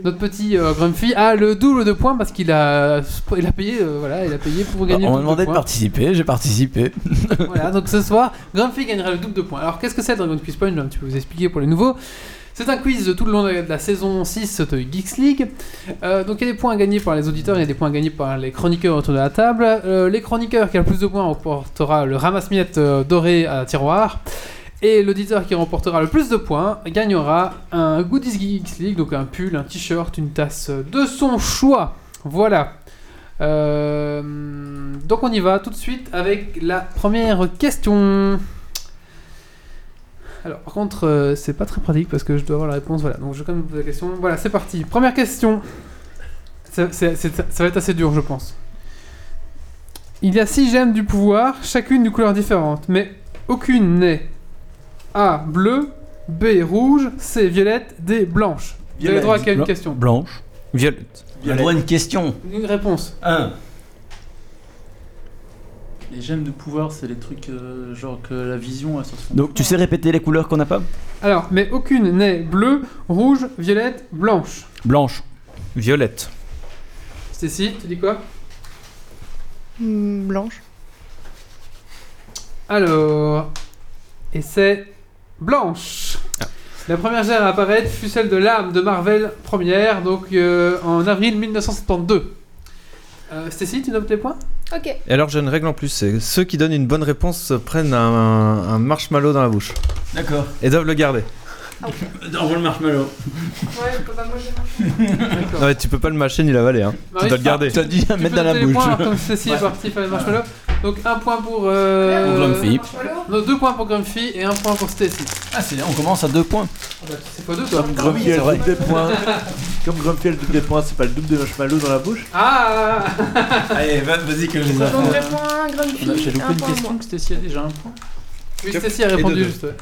notre petit euh, Grumpy a le double de points parce qu'il a, il a payé, euh, voilà, il a payé pour gagner.
Bah, on
le double
m'a demandé de
points.
participer, j'ai participé.
Voilà, donc ce soir, Grumpy gagnera le double de points. Alors qu'est-ce que c'est le Dragon Quiz Point Je vais un petit peu vous expliquer pour les nouveaux. C'est un quiz de tout le long de la- de la saison 6 de Geeks League. Euh, donc il y a des points gagnés par les auditeurs, il y a des points gagnés par les chroniqueurs autour de la table. Euh, les chroniqueurs qui a le plus de points remportera le ramasse-miettes euh, doré à tiroir. Et l'auditeur qui remportera le plus de points gagnera un Goodies Geeks League, donc un pull, un t-shirt, une tasse de son choix. Voilà. Euh, donc on y va tout de suite avec la première question. Alors par contre euh, c'est pas très pratique parce que je dois avoir la réponse. Voilà donc je vais quand même vous poser la question. Voilà c'est parti. Première question. Ça, c'est- c'est- ça va être assez dur je pense. Il y a six gemmes du pouvoir, chacune d'une couleur différente, mais aucune n'est A bleu, B rouge, C violette, D blanche. Vous avez
Violette.
droit à une
Blanc.
question.
Blanche.
Violette.
On a droit à une question.
Une réponse.
1.
Les gemmes de pouvoir, c'est les trucs euh, genre que la vision a sur son.
Donc tu sais répéter les couleurs qu'on n'a pas
Alors, mais aucune n'est bleue, rouge, violette, blanche.
Blanche.
Violette.
Stécie, tu dis quoi
Hmm, Blanche.
Alors, et c'est blanche.
Ah.
La première gemme à apparaître fut celle de l'âme de Marvel première, donc euh, en avril 1972. Euh, Stécie, tu notes les points
Ok.
Et alors j'ai une règle en plus, c'est ceux qui donnent une bonne réponse se prennent un, un marshmallow dans la bouche
D'accord.
et doivent le garder.
Envoie le marshmallow.
Ouais, bah, moi j'ai
D'accord.
Non mais tu peux pas le mâcher ni l'avaler, hein.
Bah
Marie,
tu dois le garder.
T'as dit à
tu
mettre
peux
dans la
noter les points, alors,
bouche.
comme Stécie est partie faire le marshmallow. Donc un point pour... euh,
Pour Grumpy.
non, deux points pour Grumpy et un point pour Stécie.
Ah, c'est- on commence à deux points.
C'est quoi deux toi
Comme Grumpy a le double des points. Comme Grumpy a le double des points, c'est pas le double de marshmallow dans la bouche
Ah
Allez, vas-y que je les
Donc le point,
On a-
Grumpy,
J'ai loupé
un
une
point moins.
question que Stacy a déjà un point.
Hein
Oui,
Quatre
Stécie a
et
répondu
deux, deux.
juste. ouais.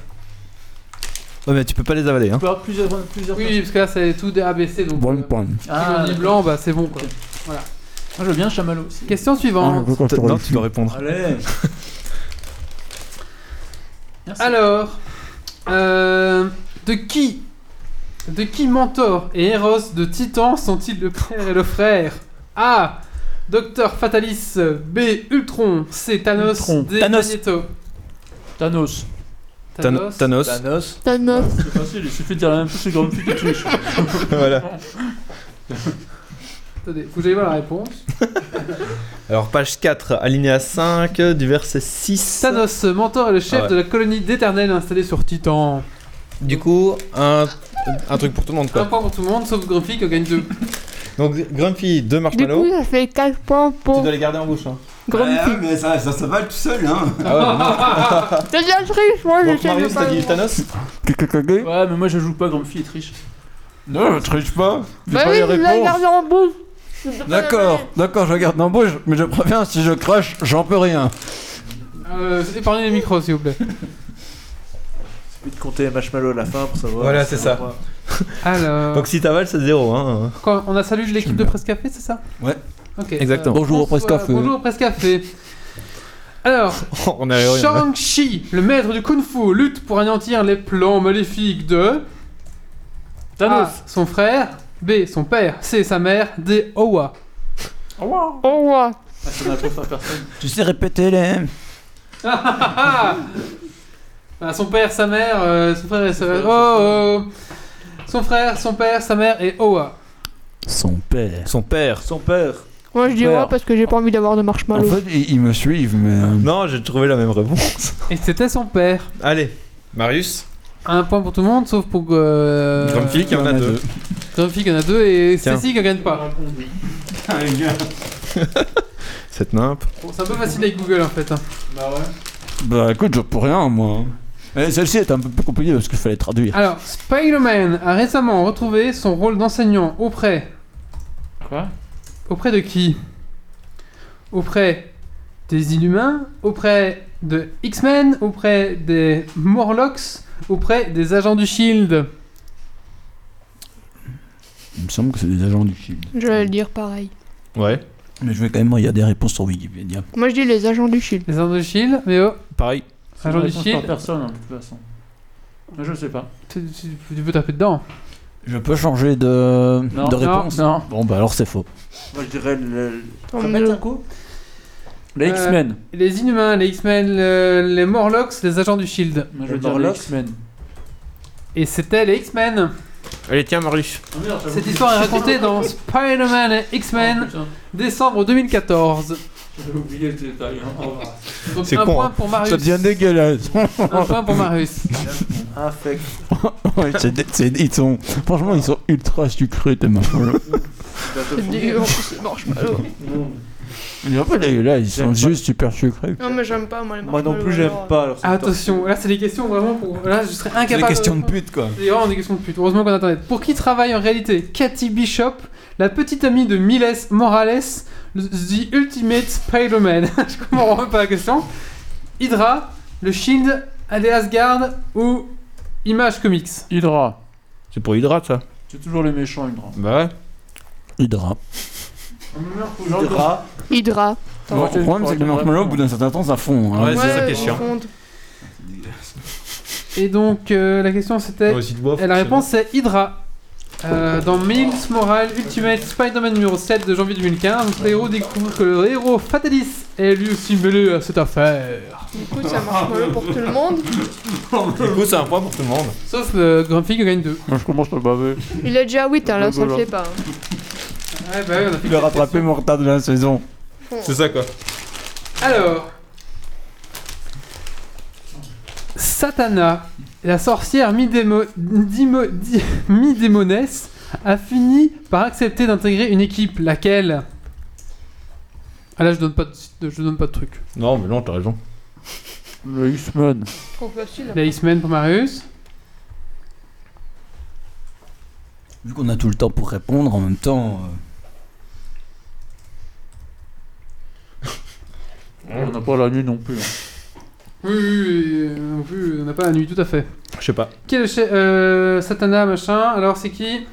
Ouais mais tu peux pas les avaler, hein.
On peut avoir plusieurs. plusieurs
Oui, parce que là, c'est tout des ABC, donc... euh,
One point.
Ah,
si on dit blanc, bah c'est bon quoi.
Ok. moi je veux bien chamallow aussi.
Question
Ah,
Hein,
suivante.
Non, tu dois répondre.
Allez.
Merci.
Alors, euh, de qui De qui Mentor et Eros de Titan sont-ils le père et le frère A. Docteur Fatalis, B. Ultron, C. Thanos,
Ultron.
D.
Thanos.
Magneto.
Thanos.
Than-
Thanos.
Thanos.
Thanos.
Thanos.
C'est facile, il suffit de dire la même chose que Grumpy qui triche.
voilà.
Attendez, faut que j'aille voir la réponse.
Alors page 4, alinéa 5 du verset 6.
Thanos, Mentor est le chef
Ah ouais.
de la colonie d'éternels installée sur Titan.
Du coup, un, un truc pour tout le monde
Un
quoi.
point pour tout le monde, sauf Grumpy qui en gagne deux.
Donc Grumpy, deux
Du
marshmallows.
coup, ça fait 4 points
Tu
pour
dois les garder en bouche. Hein.
Grumpy.
mais ça, ça, ça va tout seul, hein.
Ah
T'as bien triche,
Oh,
moi
Donc
j'essaie
Marius,
de
t'as
pas.
dit Thanos
Ouais, mais moi je joue pas, Grumpy il triche.
Non, je triche pas.
Bah oui, je l'ai gardé en bouche. Je sais pas
D'accord, d'accord, je garde dans la bouche, mais je préviens, si je crache, j'en peux rien.
Euh, épargnez les micros s'il vous plaît.
Puis de compter les marshmallows à la fin pour savoir.
Voilà, c'est ça.
Alors.
Donc si t'avales, c'est zéro. Hein.
Quoi, on a salué l'équipe de Presse Café, c'est ça
Ouais.
Ok. Euh,
Exactement.
Bonjour au presse
Bonsoir,
café.
Bonjour Presse Café. Alors,
On a rien. hein. là.
Shang-Chi, le maître du kung-fu, lutte pour anéantir les plans maléfiques de
Thanos.
A, son frère, B, son père, C, sa mère, D, Owa.
comment. Oh, ouais.
Ah, ça n'a pas faire personne.
Tu sais répéter les.
Ah, ah, ah. Ah, son père, sa mère, euh, son frère et sa
Son frère,
Oh, oh. Son frère, son père, sa mère et Oa.
Son père.
Son père.
Son père.
Moi je dis ouais
Père.
parce que j'ai pas envie d'avoir de
Bah
En
marshmallow.
fait, ils, ils me suivent, mais. euh,
Mm. Non, j'ai trouvé la même réponse.
Et c'était son père.
Allez, Marius.
Un point pour tout le monde, sauf pour. Euh...
Grumpy qui en a
il y en a
deux.
deux.
Grumpy qui en a deux et
Tiens.
Stacy qui en gagne pas.
Cette nymphe.
Bon, c'est un peu facile avec Google en fait. hein.
Bah ouais.
Bah écoute, je pour rien, moi. Mais celle-ci est un peu plus compliquée parce qu'il fallait traduire.
Alors, Spider-Man a récemment retrouvé son rôle d'enseignant auprès.
Quoi
Auprès de qui Auprès des Inhumains, auprès de X-Men, auprès des Morlocks, auprès des agents du Shield.
Il me semble que c'est des agents du Shield.
Je vais le dire pareil.
Ouais.
Mais je vais quand même regarder des réponses sur Wikipédia.
Moi je dis les agents du shield.
Les agents du Shield, mais oh,
Pareil.
C'est
Agent
une
du
réponse
Shield.
par personne, hein, de toute façon. Moi, Je sais pas.
tu, tu- tu peux taper dedans.
Je peux changer de,
Non, non,
de réponse
non.
Bon, bah alors c'est faux.
Moi je dirais le.
Tant
Remettre
mieux.
un coup
Les
Euh,
X-Men.
Les Inhumains, les X-Men, le- les Morlocks, les agents du Shield.
Moi je
le
veux dire les
Morlock.
X-Men.
E Et c'était les X-Men.
Allez, tiens, Marius.
Ah,
Cette histoire est racontée dans Spider-Man et X-Men, décembre 2014.
J'avais oublié le détail. hein. Oh, bah.
Donc
C'est
un
con,
point
hein.
pour
Ah,
Marius.
dégueulasse.
Un point pour Marius.
Affect.
Ouais, c'est dé- c'est- ils sont, franchement, ils sont ultra sucrés, tes marshmallows.
C'est dur, en plus, euh, c'est marshmallow.
Ils sont pas dégueulasses, ils sont
J'aime pas.
juste super
Ah,
sucrés.
Non mais j'aime pas moi les
Moi
marshmallows.
non plus, j'aime
alors.
pas. alors c'est
Ah, Attention, là c'est des questions vraiment pour. Là je serais incapable.
pute, quoi.
C'est vraiment des questions de pute. Heureusement qu'on a internet. Pour qui travaille en réalité Cathy Bishop, la petite amie de Miles Morales, le- The Ultimate Spider-Man Je comprends pas la question. Hydra, le Shield, Adéas Garde ou Image Comics
Hydra.
C'est pour Hydrate, ça.
C'est toujours les méchants, Hydra.
Bah ouais.
Hydra.
top. Hydra.
Hydra.
Ah,
le
ouais,
problème,
ouais,
c'est que les
ouais,
marshmallows,
ouais.
au bout d'un certain temps, ça fond. hein.
Ouais, c'est ça qui est
on
chiant.
fonde.
Et donc euh, la question c'était. Et la réponse c'est Hydra. Euh, dans Miles Morales Ultimate Spider-Man numéro 7 de janvier 2015, notre héros découvre que le héros Fatalis est lui aussi mêlé à cette affaire.
Du coup c'est un marshmallow pour tout le monde.
Du coup, c'est un point pour tout le monde.
Sauf euh, Grumpy qui gagne 2.
Moi je commence à baver.
Il a déjà 8 hein, là ça le fait pas. hein.
Ouais, bah oui, on a fait
Il a rattrapé mon retard de la saison.
C'est ça, quoi.
Alors. Satana, la sorcière mi-démo- dimo- di- mi-démonesse, a fini par accepter d'intégrer une équipe. Laquelle Ah là, je donne pas de, je donne pas de truc.
Non, mais non, t'as raison.
Le X-Men.
Trop facile. hein.
Les X-Men pour Marius.
Vu qu'on a tout le temps pour répondre en même temps. euh,
On n'a pas la nuit non plus. hein.
Oui, oui, oui, non plus, on n'a pas la nuit, tout à fait.
Je sais pas.
Qui est le chef euh, Satana, machin, alors c'est qui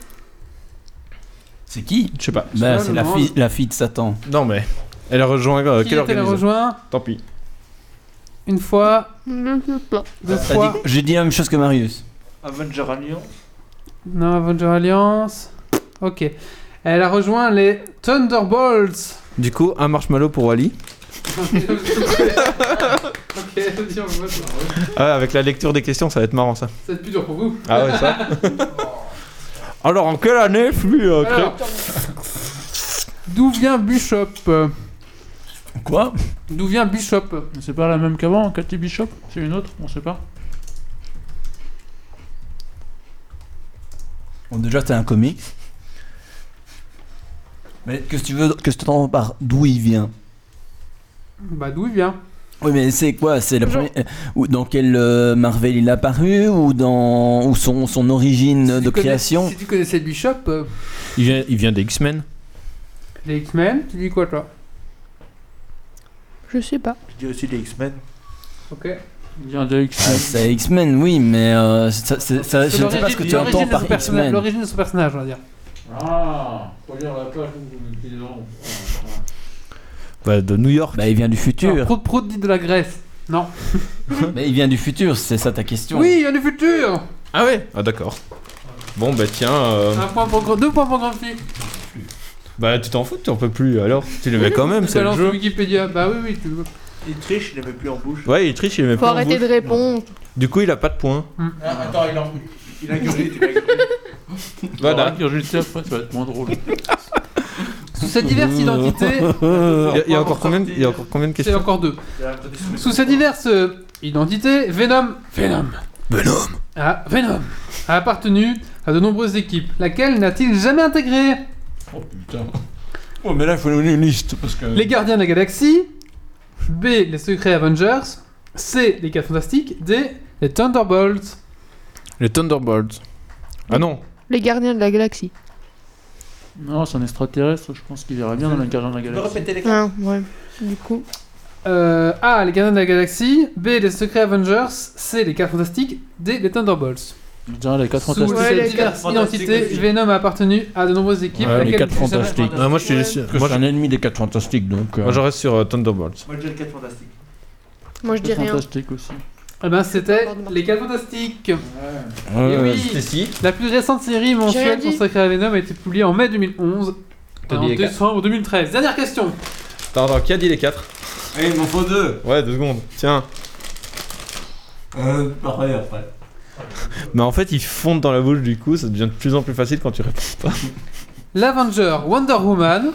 C'est qui
Je sais pas.
Bah,
pas,
c'est la
non.
fille, la fille de Satan.
Non, mais. Elle a rejoint euh,
Qui
quelle
est-elle
organisation
rejoint
Tant pis.
Une fois, deux
T'as
fois.
dit- J'ai dit la même chose que Marius.
Avenger Alliance.
Non, Avenger Alliance. Ok. Elle a rejoint les Thunderbolts.
Du coup, un marshmallow pour Wally.
ok, tiens, moi, ça-
Ah, avec la lecture des questions, ça va être marrant, ça.
ça va être plus dur pour vous.
Ah ouais, ça. Alors, en quelle année fut euh, créé-
Alors, d'où vient Bishop
Quoi
D'où vient Bishop
C'est pas la même qu'avant, hein, Cathy Bishop C'est une autre On sait pas.
Bon, déjà, t'es un comics. Mais que si tu veux que je t'entende par d'où il vient
Bah, d'où il vient
Oui, mais c'est quoi C'est la
Genre-
première. euh, ou Dans quel euh, Marvel il a apparu Ou dans ou son, son origine euh,
Si
de
tu connais-
création
Si tu connaissais Bishop, euh,
Il vient, il vient des X-Men.
les X-Men, tu dis quoi, toi
Je sais pas.
Je dis aussi les X-Men.
Ok.
Il vient des
Ah,
X-Men.
C'est X-Men, oui, mais euh, ça, c'est- ça- je ne sais pas ce que tu entends
L'origine de
par
son personnage-
X-Men.
l'origine de son personnage, on va dire.
Ah Faut lire la page où vous mettez les noms.
Bah, de New York.
Bah, il vient du
Non,
futur.
Prout Prout dit de la Grèce. Non.
Mais il vient du futur, c'est ça ta question.
Oui, il y a du futur
Ah ouais Ah d'accord. Bon bah tiens, euh,
Un point pour, Gr- deux points pour Grumpy.
bah tu t'en fous, tu en peux plus alors. Tu le mets quand même,
Tu
c'est le
balances
jeu.
Wikipédia. Bah oui, oui, tu veux.
Il triche, il les met plus en bouche.
Ouais, il triche, il met
Faut
plus en
arrêter
bouche.
de répondre.
Du coup, il a pas de points.
Ah, attends, il en. Il ingurgite, il ingurgite.
Voilà.
Ingurgiter après, ça va être moins drôle.
Sous sa diverse identité,
Il y a- il y a encore combien de- il y a encore combien de
c'est
questions
encore deux.
Il a un peu des sous-
Sous sa diverse euh, identité, Venom. Venom. Venom. Ah, Venom a appartenu à de nombreuses équipes, laquelle n'a-t-il jamais intégré
Oh putain. Ouais, mais là, il faut donner une liste parce que.
Les Gardiens de la Galaxie, B, les Secrets Avengers, C, les 4 Fantastiques, D, les Thunderbolts.
Les Thunderbolts. Ah non
Les gardiens de la galaxie.
Non, c'est un extraterrestre, je pense qu'il verra bien dans la Gardien de la
Je peux
Galaxie.
répéter les
Ah, ouais. Du coup.
Euh, A, les Gardiens de la Galaxie, B, les Secrets Avengers, C, les 4 Fantastiques, D, les Thunderbolts.
Je dirais les 4
Sous
fantastiques.
Ouais, les
cette diverse
quatre
identité,
fantastiques.
Venom a appartenu à de nombreuses équipes.
Ouais, les 4
laquelle n'a-t-il jamais
fantastiques.
Ah, Moi, je suis sûr.
Parce que
Moi,
c'est
je-
un ennemi des 4 fantastiques donc. euh,
moi, je reste sur euh, Thunderbolts.
Moi, j'ai le 4 fantastique.
Moi je dis
Les
rien.
fantastiques aussi.
Eh ben, c'était Les 4 Fantastiques.
euh,
ouais,
Eh
ouais.
oui. La plus récente série mensuelle
dit.
consacrée à Venom a été publiée en mai 2011.
T'as
en
dit les quatre.
décembre 2013. Dernière question.
Attends, attends, qui a dit les 4
Eh, il m'en faut deux.
Ouais, deux secondes. Tiens.
Euh, pareil après.
Mais en fait, ils fondent dans la bouche, du coup, ça devient de plus en plus facile quand tu réponds pas.
L'Avenger Wonder Woman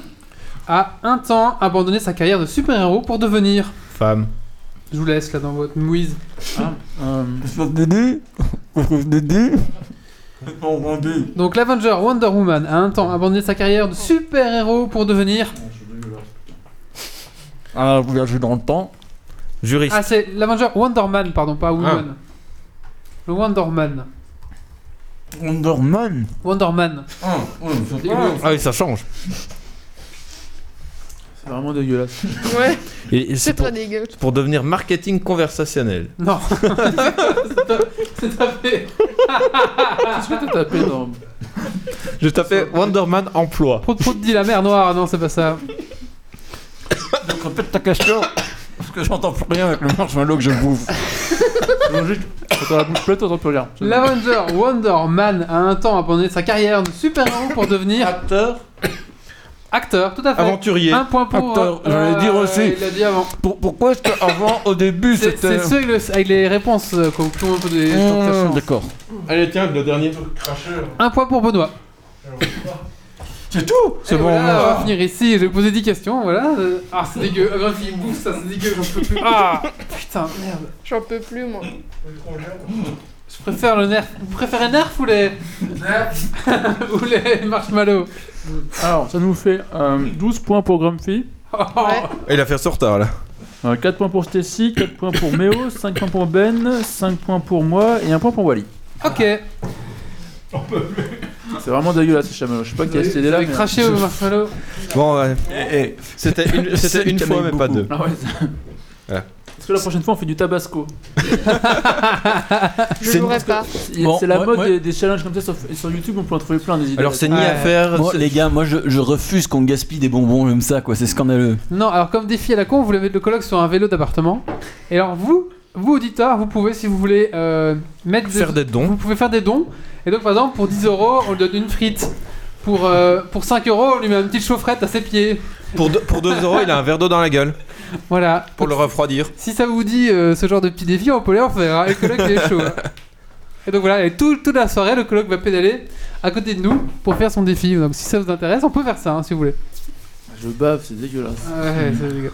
a un temps abandonné sa carrière de super-héros pour devenir.
Femme.
Je vous laisse là dans votre mouise.
Euh,
Sauf Didi Sauf Didi On vendit.
Donc l'Avenger Wonder Woman a un temps abandonné sa carrière de super-héros pour devenir.
Ah, vous viagez dans le temps.
Juriste.
Ah c'est l'Avenger Wonder Man, pardon,
Ah.
pas Woman. Le Wonder Man.
Wonderman.
Wonder Man.
Ah,
oh,
ouais, ça
C'est
va.
glauque.
Ah oui, ça change.
c'est vraiment dégueulasse.
Ouais,
Et, et c'est
c'est
pour,
très dégueu.
pour devenir marketing conversationnel.
Non. C'est à- c'est à fait.
Qu'est-ce que t'as tapé dans.
Je tapais Wonderman emploi.
Prout Prout dit la mer noire, non c'est pas ça.
Ah, Donc répète ta question. Parce que j'entends plus rien avec le marshmallow que je bouffe.
Non, juste, quand on la bouche pleine, t'entends plus rien. C'est bon.
L'Avenger Wonder Man a un temps abandonné sa carrière de super-héros pour devenir
Acteur.
acteur, tout à fait.
Aventurier.
Un point pour. euh,
Acteur, j'allais dire aussi.
Il l'a dit avant.
Pour- pourquoi est-ce qu'avant, au début,
C'est
c'était.
c'est ceux avec, le- avec les réponses euh, qu'on tout le monde peut des- tant que ça
Mmh,
change.
D'accord.
Allez, tiens, le dernier.
Un point pour Benoît.
C'est tout
Et voilà, on va finir ici. Je vais poser 10 questions. Voilà. Euh, Ah, c'est dégueu. Ah, bref, il bouffe ça, c'est dégueu. J'en peux plus. Ah, putain, merde.
J'en peux plus moi.
Je préfère le nerf. Vous préférez nerf ou les. ou les marshmallows
Alors, ça nous fait euh, 12 points pour Grumpy,
Oh,
Ouais.
Il a fait son retard là.
euh, 4 points pour Stacy, 4 points pour Méo, 5 points pour Ben, 5 points pour moi et 1 point pour Wally.
Ok.
C'est vraiment dégueulasse ce chamallow. Je sais pas qui a cette idée là.
J'ai craché au marshmallow.
Bon, ouais.
Eh, eh,
C'était une,
C'est
c'était une
qu'il y en a
fois,
eu
mais pas
beaucoup.
deux.
Ah ouais.
Voilà.
Parce que la prochaine fois on fait du tabasco.
Je jouerai pas.
Il-
Bon,
c'est la
ouais,
mode
ouais.
Des, des challenges comme ça sur, sur YouTube, on peut en trouver plein des idées.
Alors, c'est ni
Ouais.
à
Ah,
faire.
Moi,
c'est-
les gars, moi je, je refuse qu'on gaspille des bonbons comme ça, quoi. C'est scandaleux.
Non, alors comme défi à la con, vous levez le colloque sur un vélo d'appartement. Et alors vous, vous auditeurs, vous pouvez, si vous voulez, euh, mettre
Faire des dons.
Vous pouvez faire des dons. Et donc par exemple, pour 10 euros, on lui donne une frite. Pour, euh, pour 5 euros, on lui met une petite chaufferette à ses pieds.
Pour, deux- pour 2 euros, il a un verre d'eau dans la gueule.
Voilà.
Pour le refroidir.
Si ça vous dit euh, ce genre de petit défi, on peut les refaire. hein. Le colloque il est chaud. hein. Et donc voilà, et tout- toute la soirée, le colloque va pédaler à côté de nous pour faire son défi. Donc si ça vous intéresse, on peut faire ça hein, si vous voulez.
Je bave, c'est dégueulasse.
Ouais, ça, les gars.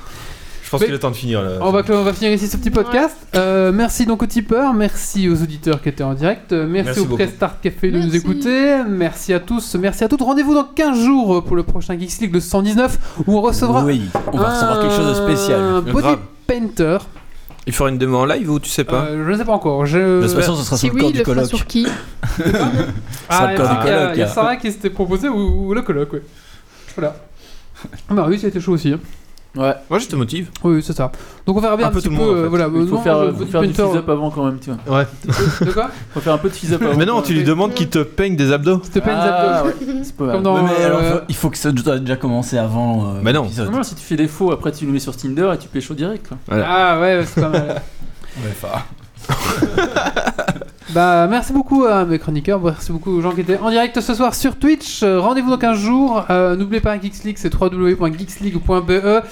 Je pense
Mais-
qu'il est temps de finir là.
On va, on va finir ici ce petit podcast. Euh, merci donc aux tipeurs, merci aux auditeurs qui étaient en direct, euh, merci,
Merci
au
beaucoup.
Press Start Café de nous
Merci.
écouter, merci à tous, merci à toutes. Rendez-vous dans 15 jours pour le prochain Geeks League de 119 où on recevra
Oui, on va recevoir quelque chose de
Euh,
un
spécial.
body
Grave.
painter.
Il fera une demo en live ou tu sais pas
Euh, je ne sais pas encore.
De
Je...
toute façon, ce sera
euh, Si
sur le
oui,
corps
il
du
le fera
colloque.
sur qui
sera
Ah,
le
il
corps du
y a-
colloque,
il y a
hein.
Sarah qui s'était proposée ou, ou le colloque, ouais. Voilà. Ah Bah oui, c'était chaud aussi. hein.
Moi, je te motive.
Oui, oui, c'est ça. Donc on verra bien un,
Un peu
petit
tout
peu.
le monde, en
euh,
fait.
voilà,
Il faut
non,
faire,
le
faut
body
faire du
painter- euh,
fizz-up avant quand même, tu vois.
Ouais.
De quoi
Faut faire un peu de fizz-up avant.
Mais non, tu lui demandes qu'il te peigne des abdos.
C'était pas une
Ah,
zapdo.
ouais, C'est pas mal.
Comme dans.
Ouais, mais alors,
euh,
faut- il faut que ça doit déjà commencer avant. euh,
Bah non.
l'épisode.
Non, si tu fais des faux, après tu le mets sur Tinder et tu pécho direct. Quoi.
Ah ouais, c'est pas mal. Bah, merci beaucoup à mes chroniqueurs, merci beaucoup aux gens qui étaient en direct ce soir sur Twitch. Euh, Rendez-vous dans 15 jours. Euh, N'oubliez pas Geeks League, c'est www.geeksleague.be.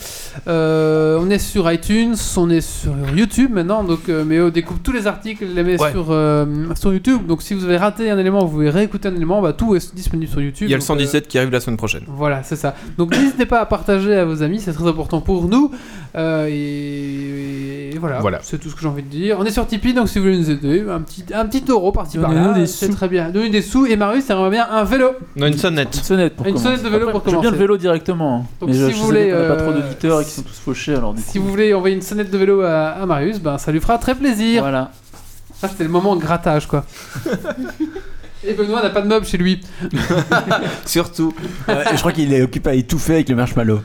Euh, on est sur iTunes, on est sur YouTube maintenant, donc euh, Méo découpe tous les articles, les met
Ouais.
sur, euh, sur YouTube. Donc si vous avez raté un élément, vous pouvez réécouter un élément, bah, tout est disponible sur YouTube.
Il y a le
donc, euh,
117 qui arrive la semaine prochaine.
Voilà, c'est ça. Donc n'hésitez pas à partager à vos amis, c'est très important pour nous. Euh, et, et voilà,
Voilà.
c'est tout ce que j'ai envie de dire. On est sur Tipeee, donc si vous voulez nous aider, un petit, un petit euro par-ci
Donnez-nous
par-là,
des
c'est
sous.
très bien. Donnez des sous et Marius, ça aimerait bien un vélo.
Non, une sonnette.
Une sonnette pour
Une
commencer.
sonnette de vélo
Après,
pour
je veux
commencer.
bien le vélo directement. hein.
Donc,
mais
si
je,
vous
je sais
voulez,
qu'on a
euh,
pas trop d'auditeurs et qui sont tous fauchés alors du
Si
coup,
vous voulez envoyer une sonnette de vélo à, à Marius, ben, ça lui fera très plaisir.
Voilà.
Ça, c'était le moment grattage, quoi. et Benoît n'a pas de meuble chez lui.
Surtout.
Ouais, je crois qu'il est occupé à étouffer avec le marshmallow.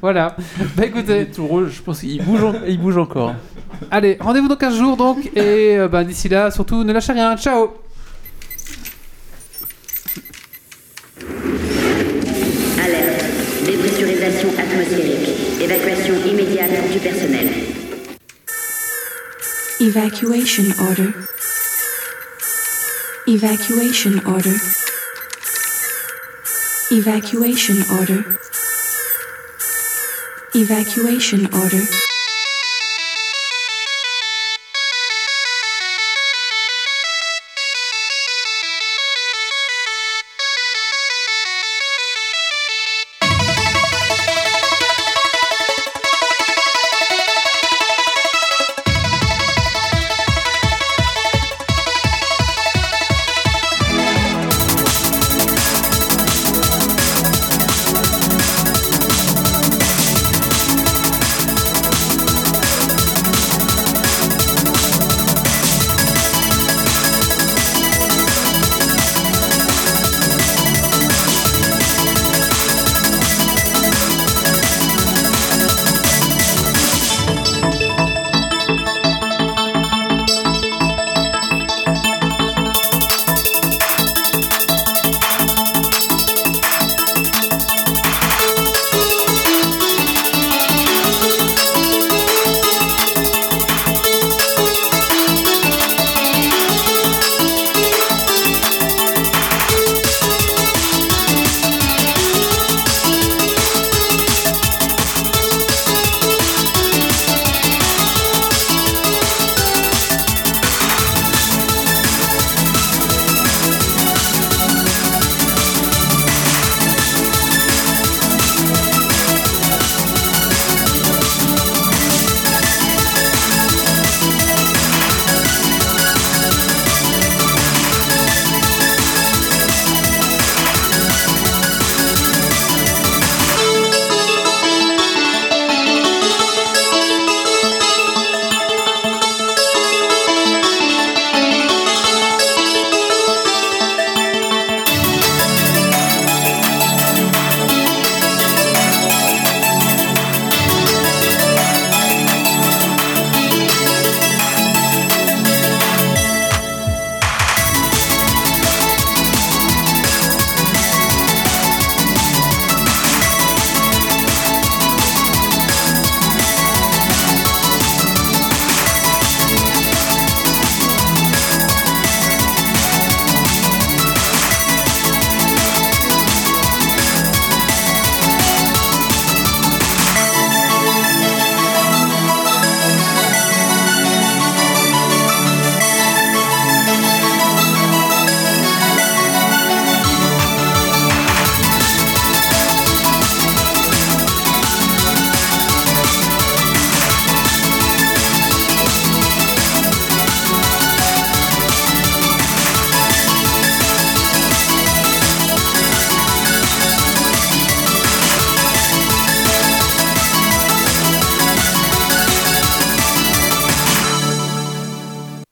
Voilà. Bah
Il
écoutez,
est tout rouge, je pense qu'il bouge, en- il bouge encore.
allez, rendez-vous dans 15 jours donc. Et euh, ben, d'ici là, surtout, ne lâchez rien. Ciao
Alerte. Dépressurisation atmosphérique. Évacuation immédiate du personnel.
Evacuation order. Evacuation order. Evacuation order. Evacuation order.